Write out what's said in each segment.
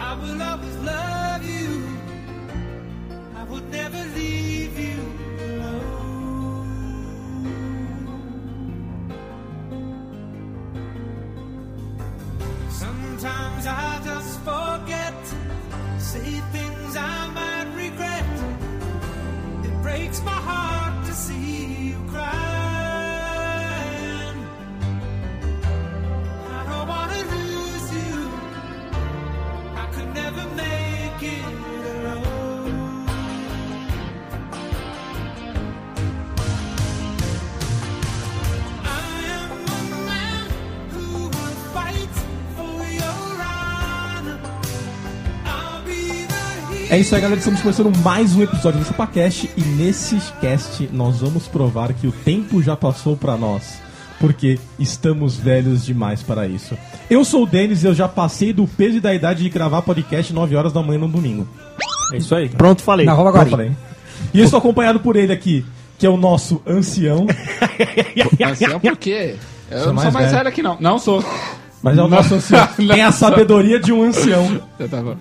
I will always love you. I would never leave you alone. Sometimes I just forget, say things I might regret. It breaks my heart to see you crying. I don't wanna lose you. I could never make it alone. I am a man who will fight for your honor. I'll be the hero. É isso aí, galera. Estamos começando mais um episódio do ChupaCast e nesse cast nós vamos provar que o tempo já passou pra nós, porque estamos velhos demais para isso. Eu sou o Denis e eu já passei do peso e da idade de gravar podcast 9 horas da manhã no domingo. É isso aí. Pronto, falei. Na Roma Pronto, agora. falei. E eu estou acompanhado por ele aqui, que é o nosso ancião, Ancião por quê? Eu não mais sou mais velho. velho aqui, não. Não sou. mas é o nosso ancião. Tem a sabedoria de um ancião. Eu tava-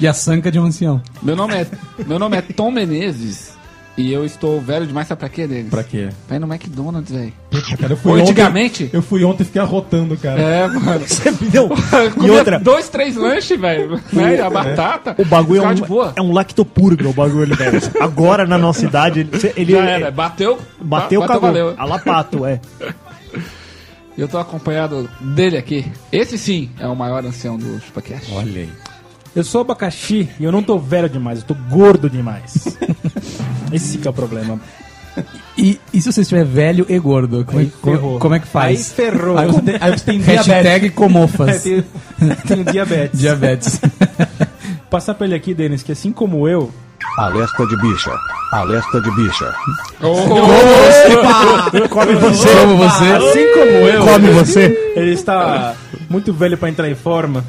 E a sanca de um ancião. Meu nome é, meu nome é Tom Menezes e eu estou velho demais, sabe pra quê, Denis? Pra quê? Pra ir no McDonald's, velho. Cara, eu fui Pô, ontem- antigamente? eu fui ontem e fiquei arrotando, cara. É, mano. Não, e Comia outra, Dois, três lanches, velho. Né? A batata. o bagulho é Ficava um, de boa. é um lactopurga, o bagulho, velho. Agora, na nossa idade, ele, ele Já era. Bateu. bateu o bateu cagou. valeu. Alapato, é. Eu tô acompanhado dele aqui. Esse sim é o maior ancião do ChupaCast. Olha aí. Eu sou abacaxi e eu não tô velho demais, eu tô gordo demais. Esse que é o problema. E, e se você estiver velho e gordo, como, é, Aí ferrou. como, como é que Aí faz? ferrou. Aí você tem, aí você tem diabetes. Hashtag É, comofas. tenho, tenho diabetes. Diabetes. Passar pra ele aqui, Denis, que assim como eu, Alerta de bicha. Alerta de bicha. Come você, Como você? assim como eu, come você. ele está muito velho pra entrar em forma.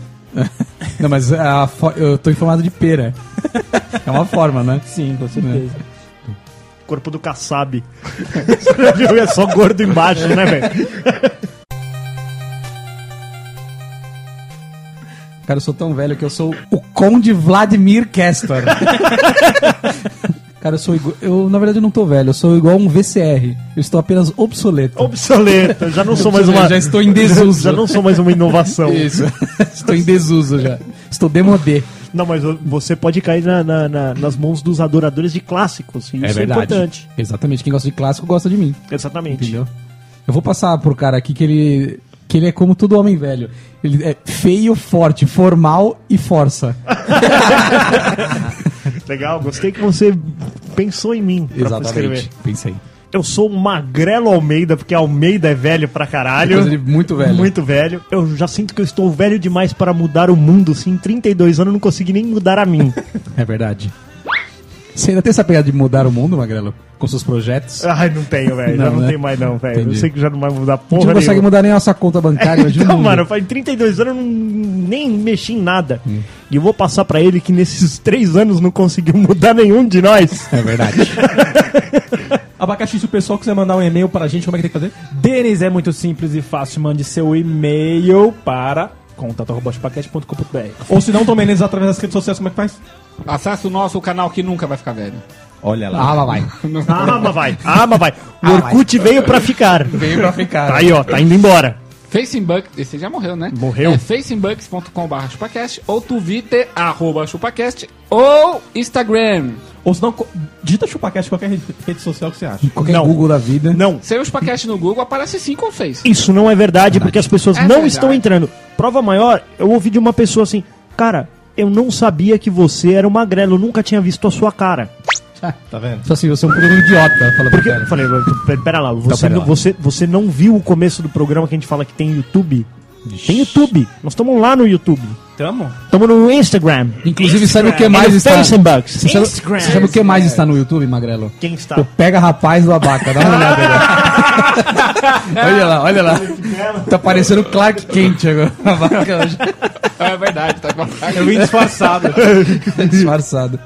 Não, mas a fo- eu tô informado de pera. É uma forma, né? Sim, com certeza. Corpo do Kassab. é só gordo embaixo, né, velho? Cara, eu sou tão velho que eu sou o Conde Vladimir Castor. Cara, eu sou igual. Eu, na verdade, eu não tô velho, eu sou igual um VCR. Eu estou apenas obsoleto. Obsoleto, já não sou mais uma. Já estou em desuso. Já não sou mais uma inovação. Isso. É estou em desuso já. Estou demodê. Não, mas você pode cair na- na- na- nas mãos dos adoradores de clássicos. E isso é importante. Exatamente. Quem gosta de clássico gosta de mim. Exatamente. Entendeu? Eu vou passar pro cara aqui que ele. que ele é como todo homem velho. Ele é feio, forte, formal e força. Legal, gostei que você pensou em mim pra escrever. Pensei. Eu sou o Magrelo Almeida, porque Almeida é velho pra caralho. Coisa de muito velho. Muito velho. Eu já sinto que eu estou velho demais para mudar o mundo. Sim, em 32 anos eu não consegui nem mudar a mim. É verdade. Você ainda tem essa pegada de mudar o mundo, Magrelo? Com seus projetos? Ai, não tenho, velho. Já Não, não né? tem mais, não, velho. Eu Entendi. sei que já não vai mudar a gente porra não consegue nenhuma. mudar nem a nossa conta bancária. imagina o Então, mundo. mano, faz 32 anos eu não, nem mexi em nada. Hum. E eu vou passar pra ele que nesses três anos não conseguiu mudar nenhum de nós. É verdade. Abacaxi, se o pessoal quiser mandar um e-mail pra gente, como é que tem que fazer? Denis é muito simples e fácil, mande seu e-mail para contato.com.br. Ou se não, Tom Menezes através das redes sociais, como é que faz? Acesse o nosso canal que nunca vai ficar velho. Olha lá. Ah, lá vai. Ah, mas vai. Ah, mas vai. O Ah, Orkut veio pra ficar. Veio pra ficar. Tá aí, ó. Tá indo embora. Facebook, esse já morreu, né? Morreu. É facebooks.com.br chupacast ou twitter, arroba chupacast ou Instagram. Ou se não, co- digita ChupaCast em qualquer rede rede social que você acha. Qualquer Não. Google da vida. Não, Sem o chupacast no Google, aparece sim com o Face. isso não é verdade, porque as pessoas É não verdade. estão entrando. Prova maior, eu ouvi de uma pessoa assim, cara, eu não sabia que você era um magrelo, eu nunca tinha visto a sua cara. Tá vendo? Só assim, você é um programa idiota. Fala pro Porque cara. Então, eu falei, "Pera- pera lá, você, pera não- lá. Você, você não viu o começo do programa que a gente fala que tem YouTube? Tem YouTube, nós estamos lá no YouTube, Tamo? estamos no Instagram. Inclusive, sabe o que é mais no está... Facebook. Você sabe- você sabe o que mais está no YouTube, Magrelo? Quem está? O Pega Rapaz do Abaca, dá uma olhada aí. olha lá, olha lá. Tá parecendo Clark Kent agora. o Abaca hoje, É verdade, tá com a Eu vim disfarçado. disfarçado.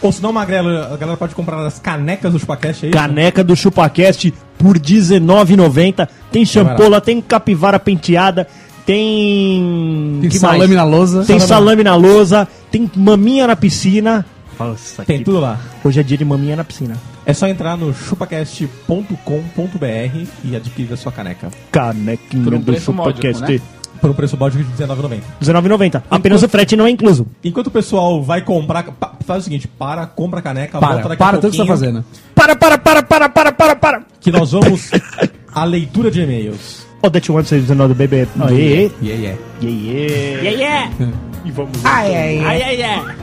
Ou se não, Magrelo, a galera pode comprar as canecas do Chupacast aí. Caneca do ChupaCast por R$19,90. Tem Tá champola, tem capivara penteada, tem. Tem que salame mais? na lousa. né, Tem salame na lousa, tem maminha na piscina. Nossa, Tem que- tudo lá. Hoje é dia de maminha na piscina. É só entrar no chupacast.com.br e adquirir a sua caneca. Canequinha Por um do preço módico, ChupaCast. né? Por um preço básico de R$19,90. R$19,90. Apenas o frete não é incluso. Enquanto o pessoal vai comprar, pa- faz o seguinte, para, compra a caneca, volta Para, daqui a para tudo que você tá pouquinho, fazendo. Para, para, para, para, para, para, para. Que nós vamos à leitura de e-mails. Oh, that you want to know the baby. E Yeah, aí é. yeah, yeah. Yeah, yeah. E vamos Ah, yeah, yeah.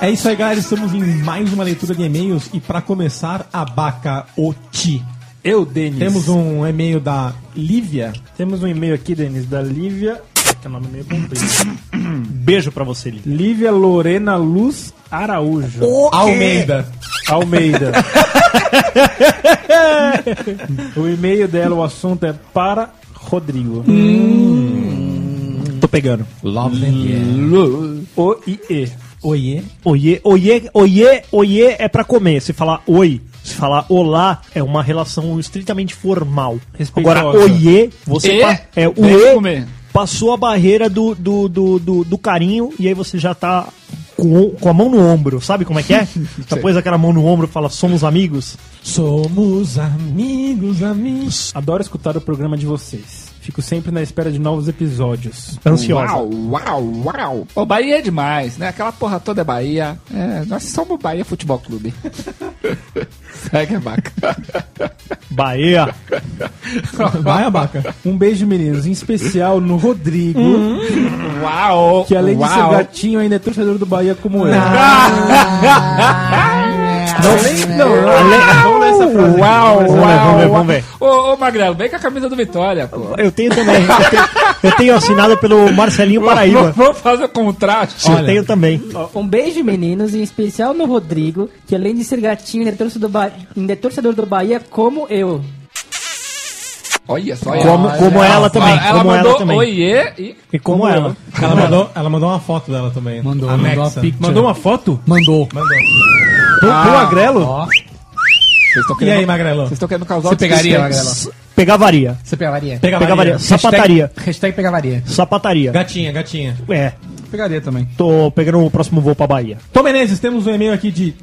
É isso aí, galera. Estamos em mais uma leitura de e-mails. E para começar, abacaoti. Eu, Denis. Temos um e-mail da Lívia. Temos um e-mail aqui, Denis, da Lívia. Que é um nome meio comprido. Beijo pra você, Lili. Lívia Lorena Luz Araújo. Almeida. Almeida. o e-mail dela, o assunto é para Rodrigo. Hum. Tô pegando. Love them. O I E. Oiê. Oiê, oiê, oiê, oiê é pra comer. Se falar oi, se falar olá, é uma relação estritamente formal. Respeitosa. Agora, oiê, você E? pa- é o Vem e comer. passou a barreira do, do, do, do, do carinho e aí você já tá com, com a mão no ombro. Sabe como é que é? Já pôs aquela mão no ombro e fala, somos amigos. Somos amigos, amigos. Adoro escutar o programa de vocês. Fico sempre na espera de novos episódios. Ansiosa. Uau, uau, uau. Ô, Bahia é demais, né? Aquela porra toda é Bahia. É, nós somos Bahia Futebol Clube. Segue a vaca. Bahia. Vai, abaca. Um beijo, meninos. Em especial no Rodrigo, Uau! que além de ser uau. gatinho, ainda é torcedor do Bahia como eu. Vamos ler essa frase. Uau, Vamos ver, vamos uau, ver, uau. vamos ver. Ô, ô Magrelo, vem com a camisa do Vitória, pô. Eu tenho também. Eu tenho, eu tenho assinado pelo Marcelinho Paraíba. Vamos fazer o contraste. Eu tenho também. Um beijo, meninos, em especial no Rodrigo, que além de ser gatinho, ainda é torcedor do, ba... ainda é torcedor do Bahia como eu. Olha só. Olha, Como- como ela também, Ela como ela mandou também. oiê e... E como ela. Ela mandou, ela mandou uma foto dela também. Mandou, Anexa. mandou uma picture. Mandou uma foto? Mandou. Pro, pro Ah. Agrelo, Ó, Vocês estão E aí, querendo, Magrelo? vocês estão querendo causar você pegaria, desrespeito. Magrela? pegavaria. Você pegaria. Pega Pegavaria. Maria. Hashtag- Sapataria. Hashtag pegavaria. Sapataria. Gatinha, gatinha. É, Pegaria também. tô pegando o próximo voo pra Bahia. Tom Menezes, temos um e-mail aqui de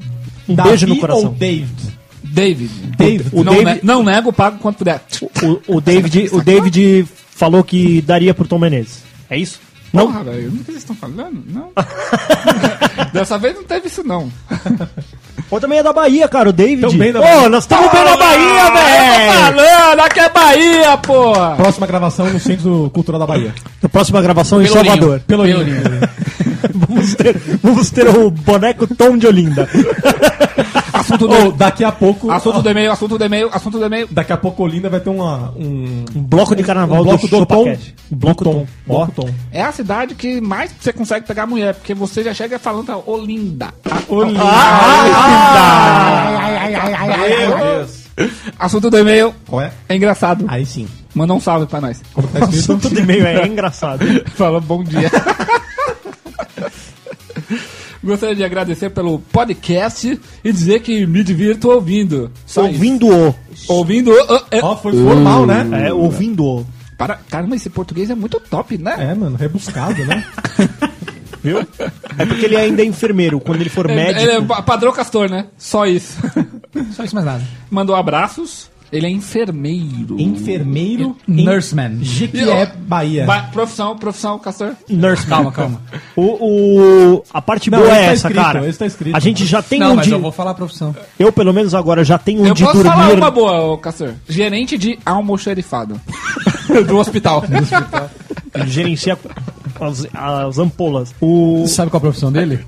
Um Davi beijo no coração. ou David. David. David- o não, né? David- ne- não nego, pago quanto puder. O, o David, o David falou que daria pro Tom Menezes. É isso? Não? Porra, velho, não que vocês estão falando? Não. Dessa vez não teve isso, não. Ou também é da Bahia, cara, o David. Tão bem da Ô, Bahia. nós estamos bem Tá. na Bahia, velho! É. Falando, aqui é Bahia, porra! Próxima gravação no Centro Cultural da Bahia. Na próxima gravação em Pelourinho. Salvador. Pelourinho. Vamos ter, vamos ter o boneco Tom de Olinda. Assunto Ou do, daqui a pouco. assunto do e-mail, assunto do e-mail, assunto do e-mail. Daqui a pouco Olinda vai ter uma, um. Um bloco de carnaval um bloco do Tom. Chupacast. Um bloco do Tom. Bloco Tom. É a cidade que mais você consegue pegar mulher, porque você já chega falando, ó, ô linda. Assunto do e-mail Qual é? é engraçado. Aí sim. Manda um salve pra nós. Como tá O assunto de e-mail é engraçado. Fala bom dia. Gostaria de agradecer pelo podcast e dizer que me divirto ouvindo. Só Ouvindo-o. isso. Ouvindo. ah, ah. Ó, foi formal, né? É, ouvindo-o. Para, caramba, esse português é muito top, né? É, mano, rebuscado, né? Viu? É porque ele ainda é enfermeiro. Quando ele for médico. Ele é pa- padrão castor, né? Só isso. Só isso mais nada. Mandou abraços. Ele é enfermeiro. Enfermeiro Nurseman. Jequié, Bahia. Ba- profissão, profissão, castor. Nurse, Calma, calma. O, o- a parte Não, boa esse é tá essa, escrito, cara. esse tá escrito. A gente já tem Não, um mas de. eu Eu, vou falar a profissão. pelo menos, agora já tenho um Eu de posso falar dormir. uma boa, ô, castor. Gerente de almoxerifado. Do hospital. Gerencia as, as ampolas. O Sabe qual é a profissão dele?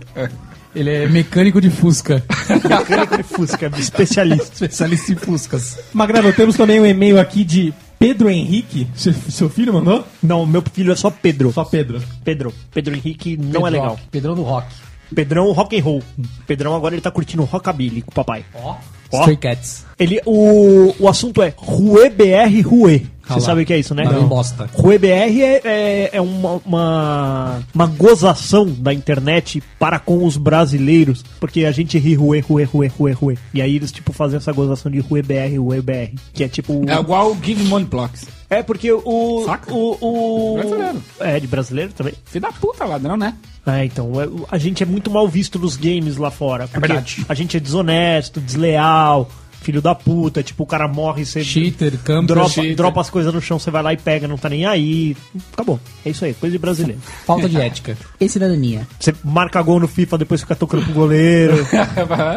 Ele é mecânico de Fusca. mecânico de Fusca, especialista. Especialista em Fuscas. Magrelo, temos também um e-mail aqui de Pedro Henrique, seu, seu filho mandou? Não, meu filho é só Pedro. Só Pedro. Pedro. Pedro Henrique não é legal. Pedrão do rock. Pedrão rock and roll. Pedrão agora ele tá curtindo rockabilly com o papai. Ó. Ó. Stray Cats. Ele, o, o assunto é Rue BR Rue. lá. Você sabe o que é isso, né? Não, bosta. Rue BR é, é, é uma, uma, uma gozação da internet para com os brasileiros. Porque a gente ri Rue, Rue, Rue, Rue, Rue. E aí eles, tipo, fazem essa gozação de Rue BR, Rue BR. Que é tipo. É igual o Give Money Blocks. É, porque o. Saca? O, o- Brasileiro. É, de brasileiro também. Filho da puta, ladrão, né? É, então, é, a gente é muito mal visto nos games lá fora. Porque verdade. a gente é desonesto, desleal, filho da puta, tipo, o cara morre, você Cheater, camper. dropa, cheater. dropa as coisas no chão, você vai lá e pega, não tá nem aí. Acabou. É isso aí, coisa de brasileiro. Falta de ética. E cidadania? Você marca gol no FIFA, depois fica tocando pro goleiro.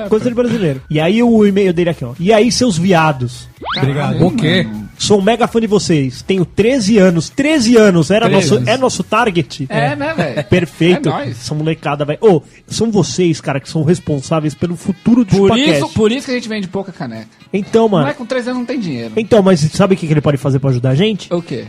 coisa de brasileiro. E aí o e-mail dele aqui, ó. E aí, seus viados? Obrigado. O quê? Sou um mega fã de vocês. Tenho 13 anos. 13 anos! Era 13 nosso, anos. É nosso target. É, né, velho? Perfeito. É nóis. Essa molecada, velho. Ô, são vocês, cara, que são responsáveis pelo futuro do Por Chupacast. isso, por isso que a gente vende pouca caneca. Então, Não mano. é com três anos não tem dinheiro. Então, mas sabe o que que ele pode fazer pra ajudar a gente? O quê?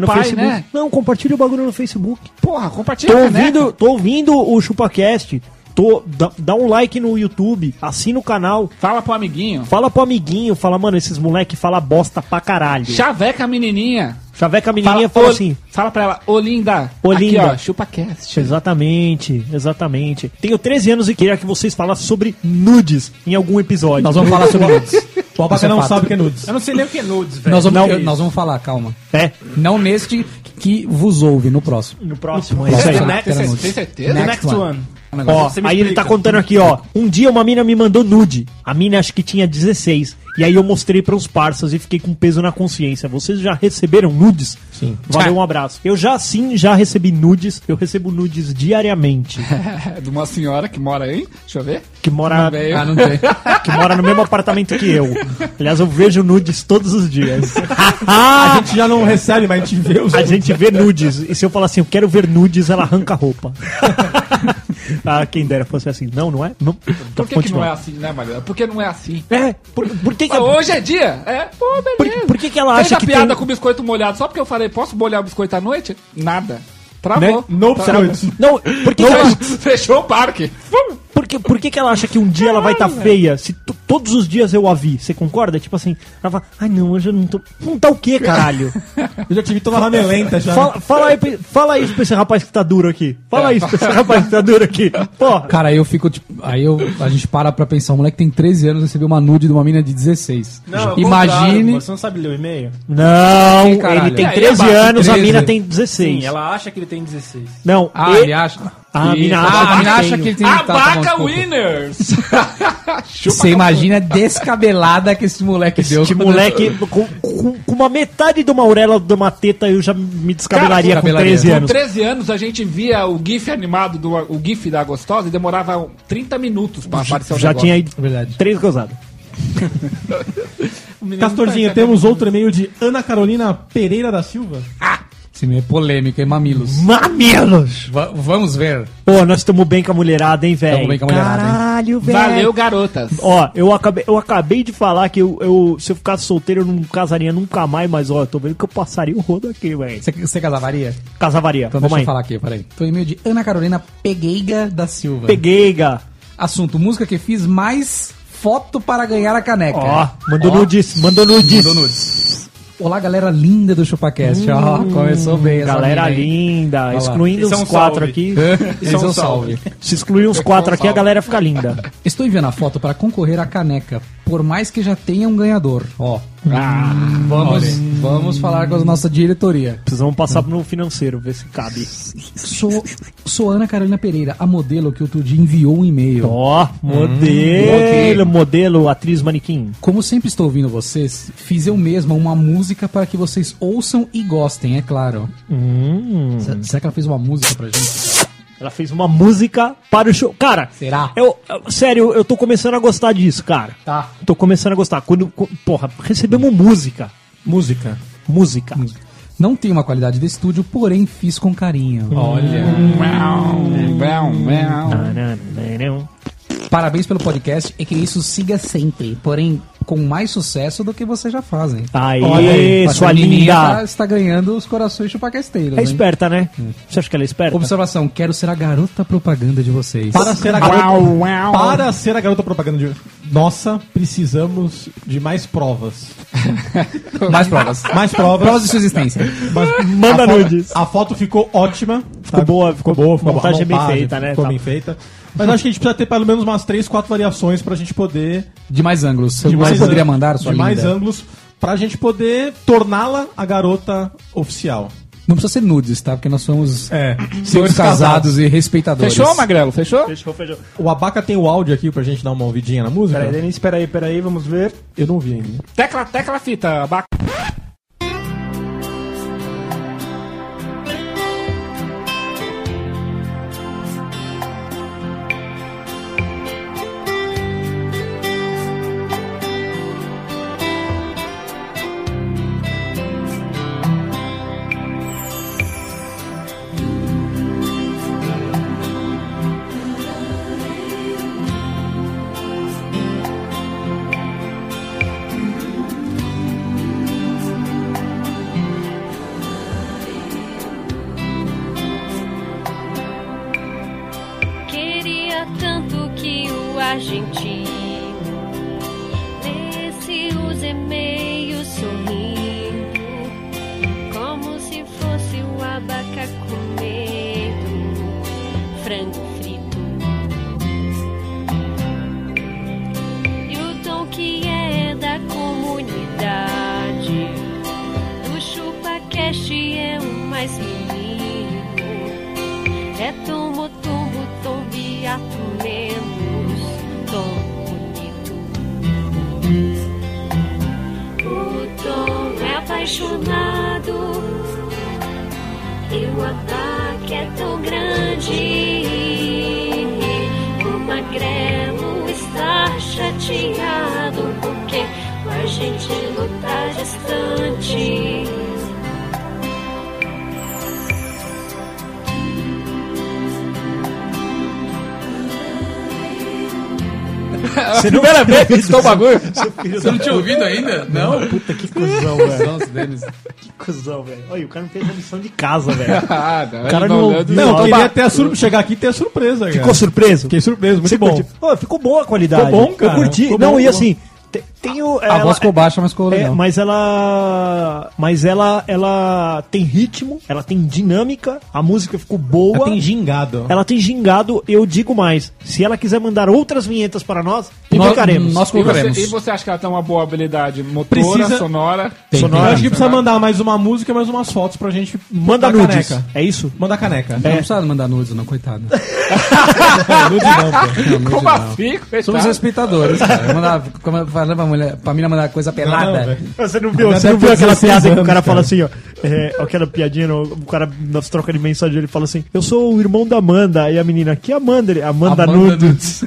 Pede no pro pai, Facebook. né? Não, compartilha o bagulho no Facebook. Porra, compartilha Tô a caneca. ouvindo, tô ouvindo o ChupaCast. Tô, dá, dá um like no YouTube, assina o canal, Fala pro amiguinho. fala pro amiguinho, fala, mano, esses moleque fala bosta pra caralho. Chaveca a menininha. Chaveca a menininha ô- fala assim. Fala pra ela, ô linda. Ô, linda. Aqui, ó, chupa cast. Exatamente, exatamente. Tenho 13 anos e queria que vocês falassem sobre nudes em algum episódio. Nós vamos falar sobre nudes. O Abaca Isso é não fato. sabe o que é nudes. Eu não sei nem o que é nudes, velho. Nós vamos, Não. nós vamos falar, calma. É, Não neste que vos ouve, no próximo. no próximo. É isso aí. próximo. Next, Era Tem nudes. certeza? The next one. Ó, Você me aí ele explica. tá contando aqui, ó. Um dia uma mina me mandou nude. A mina acho que tinha 16. E aí eu mostrei para os parças e fiquei com peso na consciência. Vocês já receberam nudes? Sim. Valeu, um abraço. Eu já sim, já recebi nudes. Eu recebo nudes diariamente. É de uma senhora que mora aí. Deixa eu ver. Que mora, Veio. Ah, não tem. que mora no mesmo apartamento que eu. Aliás, eu vejo nudes todos os dias. Ah, A gente já não recebe, mas a gente vê os A gente vê nudes. E se eu falar assim, eu quero ver nudes, ela arranca a roupa. ah, quem dera fosse assim. Não, não é? Não. Por que, que não é assim, né, Maria? Por que não é assim? É, por, por que, que Ah, a- Hoje é dia? É, pô, beleza. Por- por que que ela Fez acha a que piada tem- com biscoito molhado só porque eu falei, posso molhar o biscoito à noite? Nada. Travou. né? No Tá. Tra- biscoitos. Não, por que, que, ela, Fechou- Fechou o parque. por que, por que que ela acha que um dia ela vai estar feia se to- todos os dias eu a vi? Você concorda? Tipo assim, ela fala, ai não, hoje eu não tô. Não tá o quê, caralho? Eu já tive toda ramelenta já. Fala, fala aí, pra- fala isso pra esse rapaz que tá duro aqui. Fala isso pra esse rapaz que tá duro aqui. Porra. Cara, aí eu fico, tipo, aí eu, a gente para pra pensar, o moleque tem 13 anos e recebeu uma nude de uma mina de 16. Não, é o contrário, Imagine. Você não sabe ler o e-mail? Não, Sim, caralho. ele tem É, ele 13 abaixa anos, a 13. mina tem 16. Sim, ela acha que ele tem 16. Não, Ah, ele- ele acha. Ah, a mina Ih, acha a que mina tem. acha que ele tem. tá, tá bom, Abaca desculpa. Winners. Você imagina a descabelada que esse tipo moleque deu. Que quando- moleque, com, com- com uma metade de uma orelha de uma teta, eu já me descabelaria com descabelaria. 13 Com anos. 13 anos a gente via o GIF animado, do, o GIF da Gostosa e demorava 30 minutos pra aparecer o Já negócio. tinha aí Verdade. três gozadas. Castorzinho, temos outro e-mail de Ana Carolina Pereira da Silva. Esse meio é polêmico, hein, mamilos. Mamilos! Va- vamos ver. Pô, nós estamos bem com a mulherada, hein, velho? Tamo bem com a mulherada, hein? Caralho, velho. Valeu, garotas. Ó, eu acabei, eu acabei de falar que eu, eu- se eu ficasse solteiro, eu não casaria nunca mais, mas ó, eu tô vendo que eu passaria o rodo aqui, velho. Você, você casavaria? Casavaria. Então Vamos deixa aí. eu falar aqui, peraí. Então, e-mail de Ana Carolina Pegueiga da Silva. Peguei, ga. Assunto: música que fiz mais foto para ganhar a caneca. Ó, mandou Ó, nudes, mandou nudes. Mandou nudes. Olá, galera linda do ChupaCast. Ó, começou bem essa Hum, Galera mina, hein? linda, Olha lá. excluindo Isso é os um salve. é um quatro aqui. Esse é um salve. Se excluir os quatro aqui, a galera fica linda. Estou enviando a foto para concorrer à caneca, por mais que já tenha um ganhador. Ó, Ah, vamos, vamos falar com a nossa diretoria. Precisamos passar no financeiro, ver se cabe. Sou, sou Ana Carolina Pereira, a modelo que outro dia enviou um e-mail. Ó, Hum, modelo, modelo, atriz manequim. Como sempre estou ouvindo vocês, fiz eu mesma uma música para que vocês ouçam e gostem, é claro. Hum. Se- Será que ela fez uma música pra gente? Ela fez uma música para o show. Cara, Será? Eu, eu- sério, eu tô começando a gostar disso, cara. Tá. Tô começando a gostar. Quando, co- porra, recebemos música. Música. Música. Não tem uma qualidade de estúdio, porém fiz com carinho. Olha. Tananana. Parabéns pelo podcast e que isso Siga sempre, porém com mais sucesso do que vocês já fazem. Tá Aí, Mas sua a menininha tá- linda. está ganhando os corações chupaquesteiros. É hein? Hum. esperta, né? Você acha que ela é esperta? Observação, quero ser a garota propaganda de vocês. Para ser a garota, para ser a garota propaganda de. Nossa, precisamos de mais provas. Mais provas. Mais provas. Provas de sua existência. Mas Manda a foto- nudes. A foto ficou ótima. Ficou boa, ficou boa, ficou A montagem bem montagem feita, né, Ficou tá. bem feita. Mas acho que a gente precisa ter pelo menos umas 3, 4 variações pra gente poder. De mais ângulos. Você mais poderia ângulos- mandar sua De mais linda? ângulos, pra gente poder torná-la a garota oficial. Não precisa ser nudes, tá? Porque nós somos É. senhores casados e respeitadores. Fechou, Magrelo? Fechou? Fechou, fechou. O Abaca tem o áudio aqui pra gente dar uma ouvidinha na música? Peraí, Denise, peraí, peraí, vamos ver. Eu não vi ainda. Tecla, tecla, fita. Abaca. Queria tanto que o argentino lesse os e-mails sorrindo, como se fosse o abaca comendo frango frito. E o tom que é da comunidade do ChupaCast é o mais lindo. É tumbo, tumbo, tombiato, menos tom bonito. O tom é apaixonado e o ataque é tão grande. O magrelo está chateado porque a gente não tá distante. Você não é Primeira vez que estou o bagulho. Você não tinha ouvido ainda? Não? Puta, que cuzão, velho. Nossa, Denis. Que cuzão, velho. Olha, o cara não fez a lição de casa, velho. Ah, não, cara ele não- olhando. Não, eu Oba. queria até a sur- chegar aqui e ter a surpresa, cara. Ficou surpreso? Fiquei surpreso, muito Você bom. curtiu? Pô, ficou boa a qualidade. Ficou bom, cara. Eu curti. Ficou não, bom, e ficou assim, te- tem o. A voz ficou baixa, mas ficou É, legal. mas ela. Mas ela. Ela tem ritmo, ela tem dinâmica, a música ficou boa. Ela tem gingado. Ela tem gingado, eu digo mais. Se ela quiser mandar outras vinhetas para nós, publicaremos. Nós E você, colocaremos. e você acha que ela tem uma boa habilidade motora, Precisa- sonora? Eu acho que precisa mandar mais uma música e mais umas fotos pra gente. Manda botar nudes. caneca. É isso? Manda caneca. Não precisa mandar nudes, não, coitado. É, nude não, pô. Não, nude Como não. assim? Somos coitado? respeitadores, cara. Mandar, como é, falando pra, mulher, pra mina mandar coisa Não, pelada. velho. Você não viu, Ela você não deve viu ter aquela 16 piada que o anos, cara cara. fala assim, ó. é, aquela piadinha, no- o cara nas troca de mensagem, ele fala assim: Eu sou o irmão da Amanda. Aí a menina, que Amanda? Ele, Amanda, Amanda Nudes.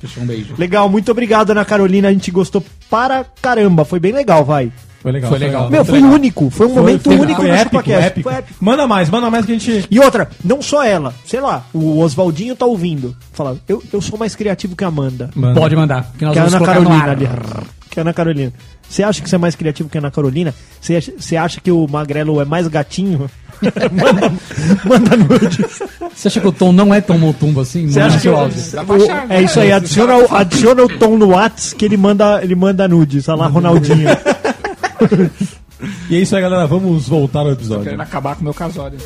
Fechou um beijo. Legal, muito obrigado, Ana Carolina. A gente gostou para caramba. Foi bem legal, vai. Foi legal. Foi legal. Meu, foi único. Foi um momento foi, único foi no épico, ChupaCast. épico. Foi épico. Manda mais, manda mais que a gente. E outra, não só ela, sei lá, o Oswaldinho tá ouvindo. Fala, eu, eu sou mais criativo que a Amanda. Pode mandar, porque nós que é a vamos Ana colocar Carolina no ar. ali. Que é a Ana Carolina. Você acha que você é mais criativo que a Ana Carolina? Você acha, você acha que o Magrelo é mais gatinho? manda, manda nudes. Você acha que o tom não é tão motumbo assim? Você Manda acha que seu eu, áudio. Dá pra achar, né? É isso aí, adiciona o, adiciona o tom no Whats que ele manda, ele manda nudes. Olha lá, Ronaldinho. E é isso aí, galera. Vamos voltar ao Querendo episódio. acabar com o meu casório.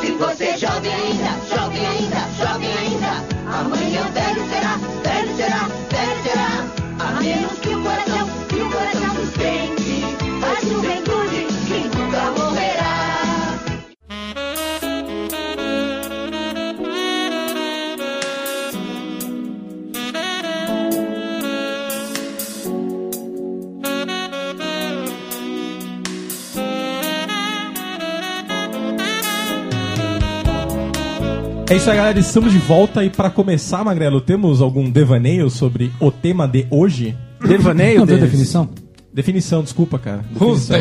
Se você é jovem ainda, jovem ainda, jovem ainda, amanhã velho será, velho será, velho será. A menos que o coração, que o coração sustente, a juventude que nunca morrerá. É isso aí, galera. Estamos de volta e pra começar, Magrelo, temos algum devaneio sobre o tema de hoje? Não deu definição? Definição, desculpa, cara. Who's Definição.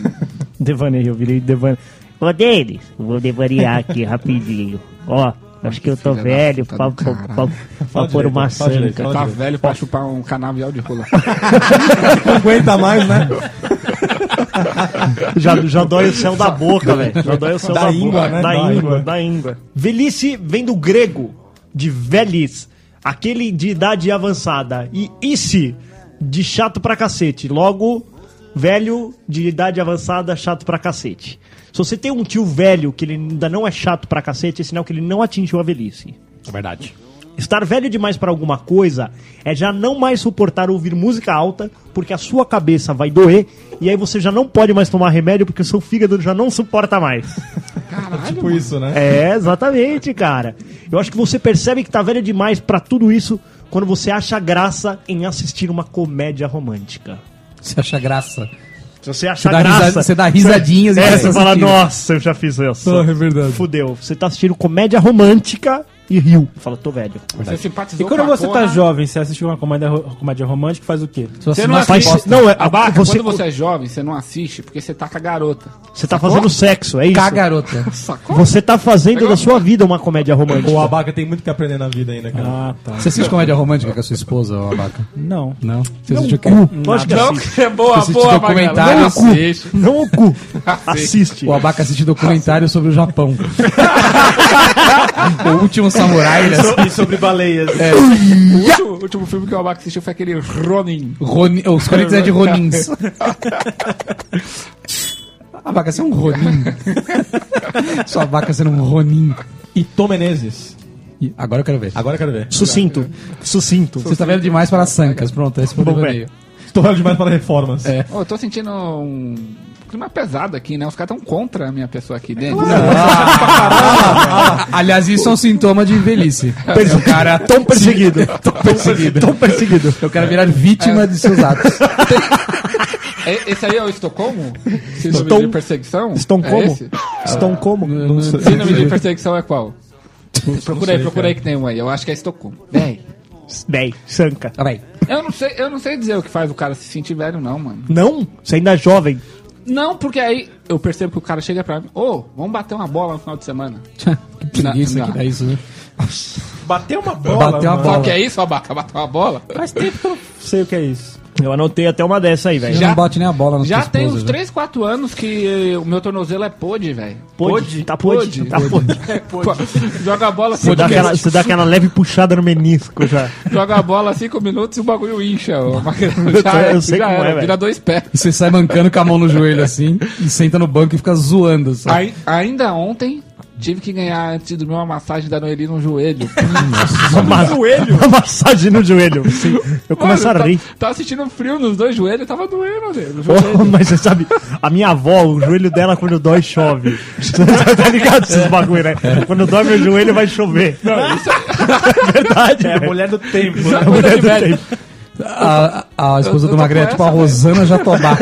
Tá definition? Devaneio, eu virei devaneio. Ô, Denis, vou devanear aqui rapidinho. Ó, acho que eu tô filha da velho puta pra, do pra- caralho. pra- pra pôr uma sanca. Tá velho pra chupar um canavial de rola. Não aguenta mais, né? Já, já dói o céu da boca, velho. Já dói o céu da, Da íngua, boca. né? Da Da íngua, íngua. da íngua. Velhice vem do grego, de velis, aquele de idade avançada. E ice, de chato pra cacete. Logo, velho de idade avançada, chato pra cacete. Se você tem um tio velho que ele ainda não é chato pra cacete, é sinal que ele não atingiu a velhice. Verdade. Estar velho demais para alguma coisa é já não mais suportar ouvir música alta, porque a sua cabeça vai doer, e aí você já não pode mais tomar remédio, porque o seu fígado já não suporta mais. tipo isso, né? É, exatamente, cara. Eu acho que você percebe que tá velho demais para tudo isso quando você acha graça em assistir uma comédia romântica. Você acha graça. Se você acha Você dá graça. risa- você dá risadinhas e e é, começa você a fala, assistir. nossa, eu já fiz isso. Ah, é verdade. Fudeu. Você tá assistindo comédia romântica e riu. Fala, tô velho. Você simpatizou E quando com a você tá porra, jovem, você assistiu uma comédia, ro- comédia romântica, faz o quê? Você não Faz- assiste. não, é- Abaca, você- quando você é jovem, você não assiste porque você tá com a garota. Você tá fazendo sexo, é isso? Cá, garota. Sacou? Você tá fazendo da sua vida uma comédia O romântica. Abaca tem muito que aprender na vida ainda, cara. Ah, tá. Você assiste comédia romântica com a sua esposa, ô abaca? Não. Não? Você assiste o quê? Lógico que Não, assiste. que é boa, Assiste boa, documentário, Magalhães. cu. Assiste. Não o cu. Assiste. O abaca assiste documentário sobre o Japão. o último samurai, né? E sobre baleias. É. O último, o último filme que o Abaca assistiu foi aquele Ronin. Ronin, os Corinthians é de Ronins. A vaca você é um Ronin. Sua vaca sendo um Ronin. E Tom Menezes. Ih, Agora eu quero ver. Agora eu quero ver. Sucinto. Sucinto. Você está vendo demais para as sancas. Pronto, esse foi o devaneio. Estou velho demais para reformas. É. Ô, eu tô sentindo um clima pesado aqui, né? Os caras tão contra a minha pessoa aqui dentro. Aliás, isso é um sintoma de velhice. O cara Tão perseguido. tão perseguido. Tão perseguido. Eu quero virar vítima de seus atos. É- Esse aí é o Estocolmo? Síndrome Estom- de perseguição? Estão É como? esse? Estão como? Síndrome de perseguição é qual? Procura aí, procura aí que tem um aí. Eu acho que é Estocolmo. Véi. Bem, sanca. Ah, vai. Eu não sei, eu não sei dizer o que faz o cara se sentir velho, não, mano. Não? Você ainda é jovem. Não, porque aí eu percebo que o cara chega pra mim, ô, vamos bater uma bola no final de semana. que preguiça Não, que não. dá isso, né? Bateu uma bola. Bateu uma mano. bola. Qual que é isso, abaca? Bater uma bola? Faz tempo que eu não sei o que é isso. Eu anotei até uma dessa aí, Eu velho. Já- não bote nem a bola na Já tua tem esposa, uns né? 3, 4 anos que eh, o meu tornozelo é pôde, velho. Pode? Tá pode? Tá pode. Pô, Joga a bola Você cinco dá, aquela, minutos, você dá aquela leve puxada no menisco já. joga a bola 5 minutos e o bagulho incha. ó. tô- já eu é, sei já como é, era, velho. vira dois pés. E você sai mancando com a mão no joelho assim e senta no banco e fica zoando. sabe? Ai- ainda ontem tive que ganhar antes de dormir uma massagem da Noeli no joelho. Uma, joelho? Uma massagem no joelho. Sim. Eu começo a Mano, tá- rir. Tava sentindo frio nos dois joelhos, tava doendo, velho. Oh, mas você sabe, a minha avó, o joelho dela quando dói chove. tá ligado esses bagulho, né? Quando dói meu joelho vai chover. é verdade. É a mulher do tempo. Isso é né? coisa de Mulher do velho. tempo. A, a- a esposa Eu- do eu tô Magré é com tipo a essa, velho. Rosana Jatobá.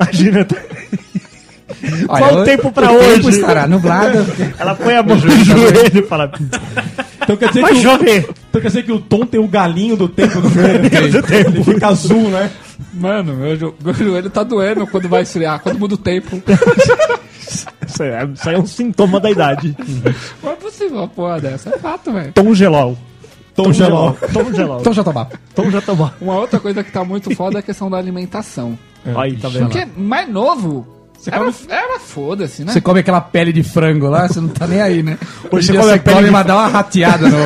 Imagina, Olha, tá- Qual o eu- tempo pra o hoje? estará nublado. ela põe a mão no joelho e fala, Então quer dizer vai que o- chover. Então quer dizer que o Tom tem o galinho do tempo do joelho. Ele fica azul, né? Mano, meu, jo- meu joelho tá doendo quando vai esfriar, quando muda o tempo. Isso é, isso aí é um sintoma da idade. Não é possível uma porra dessa, é fato, velho. Tom Gelol. Tom Gelol. Tom Gelol. Então, Jatobá. Tom já tomou. Uma outra coisa que tá muito foda é a questão da alimentação. É. Aí, tá vendo? Porque mais novo, era, era foda-se, né? Você come aquela pele de frango lá, você não tá nem aí, né? Hoje Hoje você você come a come, pele de- mas dá uma rateada no.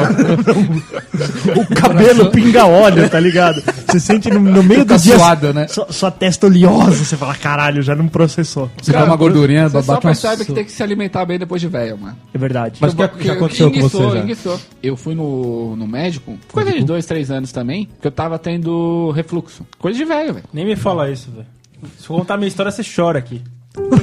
O cabelo pinga óleo, tá ligado? Você sente no, no meio Fica do dia... suado, né? Sua, sua testa oleosa, você fala, caralho, já não processou. Você dá uma gordurinha, Você bate só uma percebe que tem que se alimentar bem depois de velho, mano. É verdade. Mas o que, que aconteceu com Enguiçou, você já? enguiçou. Eu fui no, no médico, coisa de dois, três anos também, que eu tava tendo refluxo. Coisa de velho, velho. Nem me fala isso, velho. Se eu contar minha história, você chora aqui.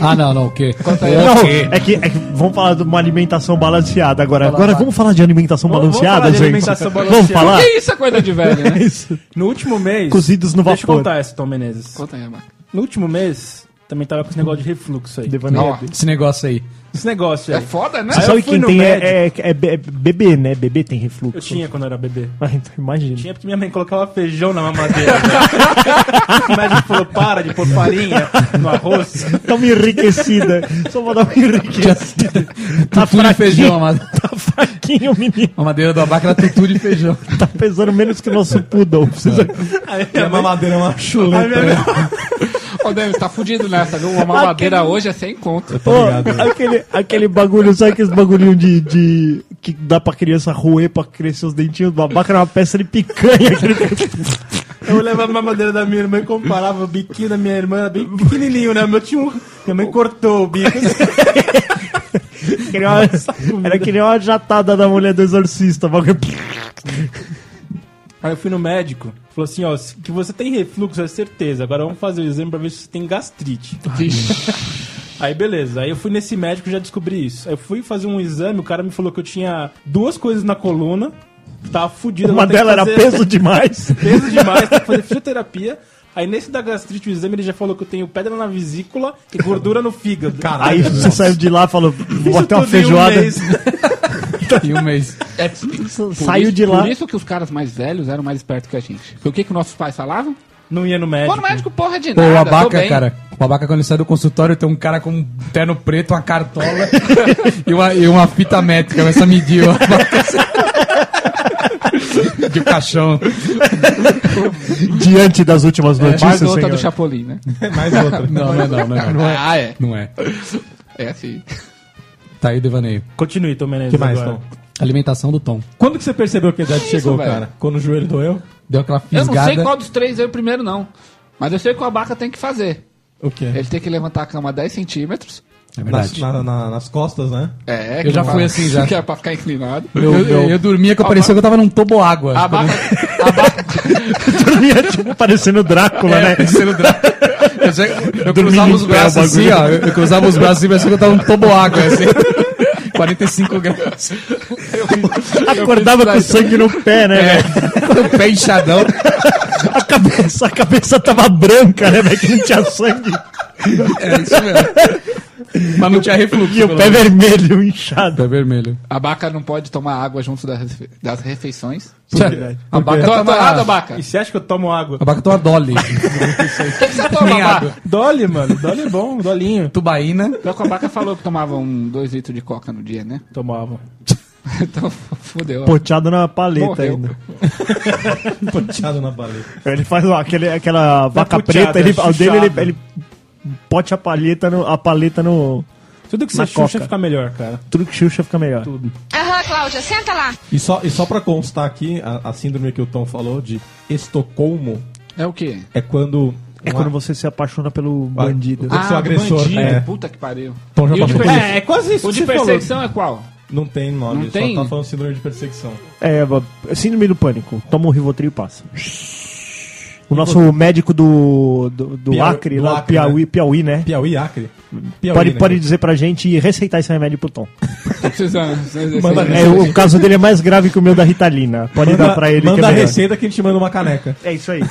Ah, não, não, o quê? Não, é que, é que vamos falar de uma alimentação balanceada agora. Agora vamos falar de alimentação Vamos- vamos balanceada, falar de gente. alimentação Vamos balanceada. falar? Que isso é coisa de velho, né? Isso. No último mês. Cozidos no Deixa eu vapor. é, contar essa, Tom Menezes. Conta aí, Marco. No último mês, Também tava com esse negócio de refluxo aí. Ó, esse negócio aí. Esse negócio aí. É foda, né? Aí eu fui sabe quem no tem é, médico. é, é be- é bebê, né? Bebê tem refluxo. Eu tinha quando eu era bebê. Ah, então imagina. Tinha porque minha mãe colocava feijão na mamadeira. né? Mas ele falou, para de pôr farinha no arroz. Tá uma enriquecida. Só vou dar uma enriquecida. Tá Tutu de feijão, mas Tá fraquinho, menino. a madeira do abaca era tutu de feijão. Tá pesando menos que o nosso poodle. Precisa... É uma madeira, uma chuleta. né? Ô, Denis, tá fudido nessa, viu? Uma mamadeira hoje é sem conto. Pô, né? aquele, aquele bagulho, sabe aqueles bagulhinho de, de. que dá pra criança roer pra crescer os dentinhos? Babaca era uma peça de picanha. Eu levava a mamadeira da minha irmã e comparava o biquinho da minha irmã, era bem pequenininho, né? O Meu tinha um... Minha mãe cortou o bico. Que nem uma- era que nem uma jatada da mulher do exorcista. bagulho- Aí eu fui no médico, falou assim, ó, se- que você tem refluxo, é certeza. Agora vamos fazer o exame pra ver se você tem gastrite. Aí beleza, aí eu fui nesse médico e já descobri isso. Aí eu fui fazer um exame, o cara me falou que eu tinha duas coisas na coluna, tava fudido. Uma agora tem que dela era fazer- peso demais. peso demais, tem que fazer fisioterapia. Aí nesse da gastrite, o exame, ele já falou que eu tenho pedra na vesícula e gordura no fígado. Caralho, Aí você saiu de lá e falou: vou bater um uma um feijoada. E um mês. Saiu isso, de lá. Por isso que os caras mais velhos eram mais espertos que a gente. Porque o que, que nossos pais falavam? Não ia no Pô, médico. no médico, porra de Pô, nada. o tô abaca, bem. cara. O abaca, quando ele sai do consultório, tem um cara com um terno preto, uma cartola e, uma, e uma fita métrica. Começa a medir o abaca. De um caixão. Diante das últimas É. Mais notícias, tá outra senhor. do Chapolin, né? Mais outra. Não, não é não, não é não. Ah, é. Não é. É sim. Tá aí o devaneio. Continue, Tom Menezes. que mais, agora. Tom? Alimentação do Tom. Quando que você percebeu que a idade chegou, velho? cara? Quando o joelho doeu? Deu aquela Eu não fisgada. sei qual dos três veio primeiro, não. Mas eu sei que o abaca tem que fazer. O quê? Ele tem que levantar a cama 10 centímetros. É Nas, verdade. na- na- nas costas, né? É, Eu que já pra- fui assim, já. Que é pra ficar inclinado. Eu, eu- Ah, eu dormia que eu parecia que eu tava num tobo água. A abaca, Dormia, tipo, parecendo Drácula, né? É. Sendo dra- Eu, já- eu cruzava em os pé, braços o assim, bagulho. ó. Eu, eu cruzava os braços assim, parecia que eu tava num tobo água, assim. 45 graus. Acordava com sangue no pé, né? velho? O um pé inchadão. A cabeça, a cabeça tava branca, né, velho? Que não tinha sangue. É isso mesmo. Mas não tinha refluxo. E o pelo pé menos. vermelho, inchado. Pé vermelho. a abaca não pode tomar água junto das, refe- das refeições. A abaca Tô tô toma... errado, abaca. E você acha que eu tomo água? A abaca toma Dolly. O que que você toma, Nem abaca? água. Dolly, mano. Dolly é um bom, dolinho. Tubaína. Pior que o abaca falou que tomava um 2 litros de coca no dia, né? Tomava. Então, fodeu. Poteado na paleta Morreu. ainda. Ponteado na paleta. Ele faz ó, aquele, aquela vaca puteada, preta, ele, é o dele chuchada. ele, ele pote a paleta no. A paleta no. Tudo que Na você chucha coca. fica melhor, cara. Tudo que chucha fica melhor. Aham, Cláudia, senta lá. E só, e só pra constar aqui, a, a síndrome que o Tom falou de Estocolmo É o quê? é quando. É um quando a- você se apaixona pelo a- bandido. né? O seu agressor. bandido. É. Ah, Puta que pariu. Então Tom já E o de passou por perse- isso. É, é quase isso. O que de você falou. perseguição é qual? Não tem nome, só Não tem? tá falando síndrome de perseguição. É, síndrome do pânico. Toma um Rivotril e passa. O nosso médico do, do, do Piauí- Acre, do lá, Acre, Piauí, Piauí, né? Piauí, Acre. Piauí, Pode, né? pode dizer pra gente e receitar esse remédio pro Tom. Tô precisando. precisando Manda desse aí. É, o caso dele é mais grave que o meu da Ritalina. Pode Manda, dar pra ele manda que é a melhor. receita que a gente manda uma caneca. É isso aí.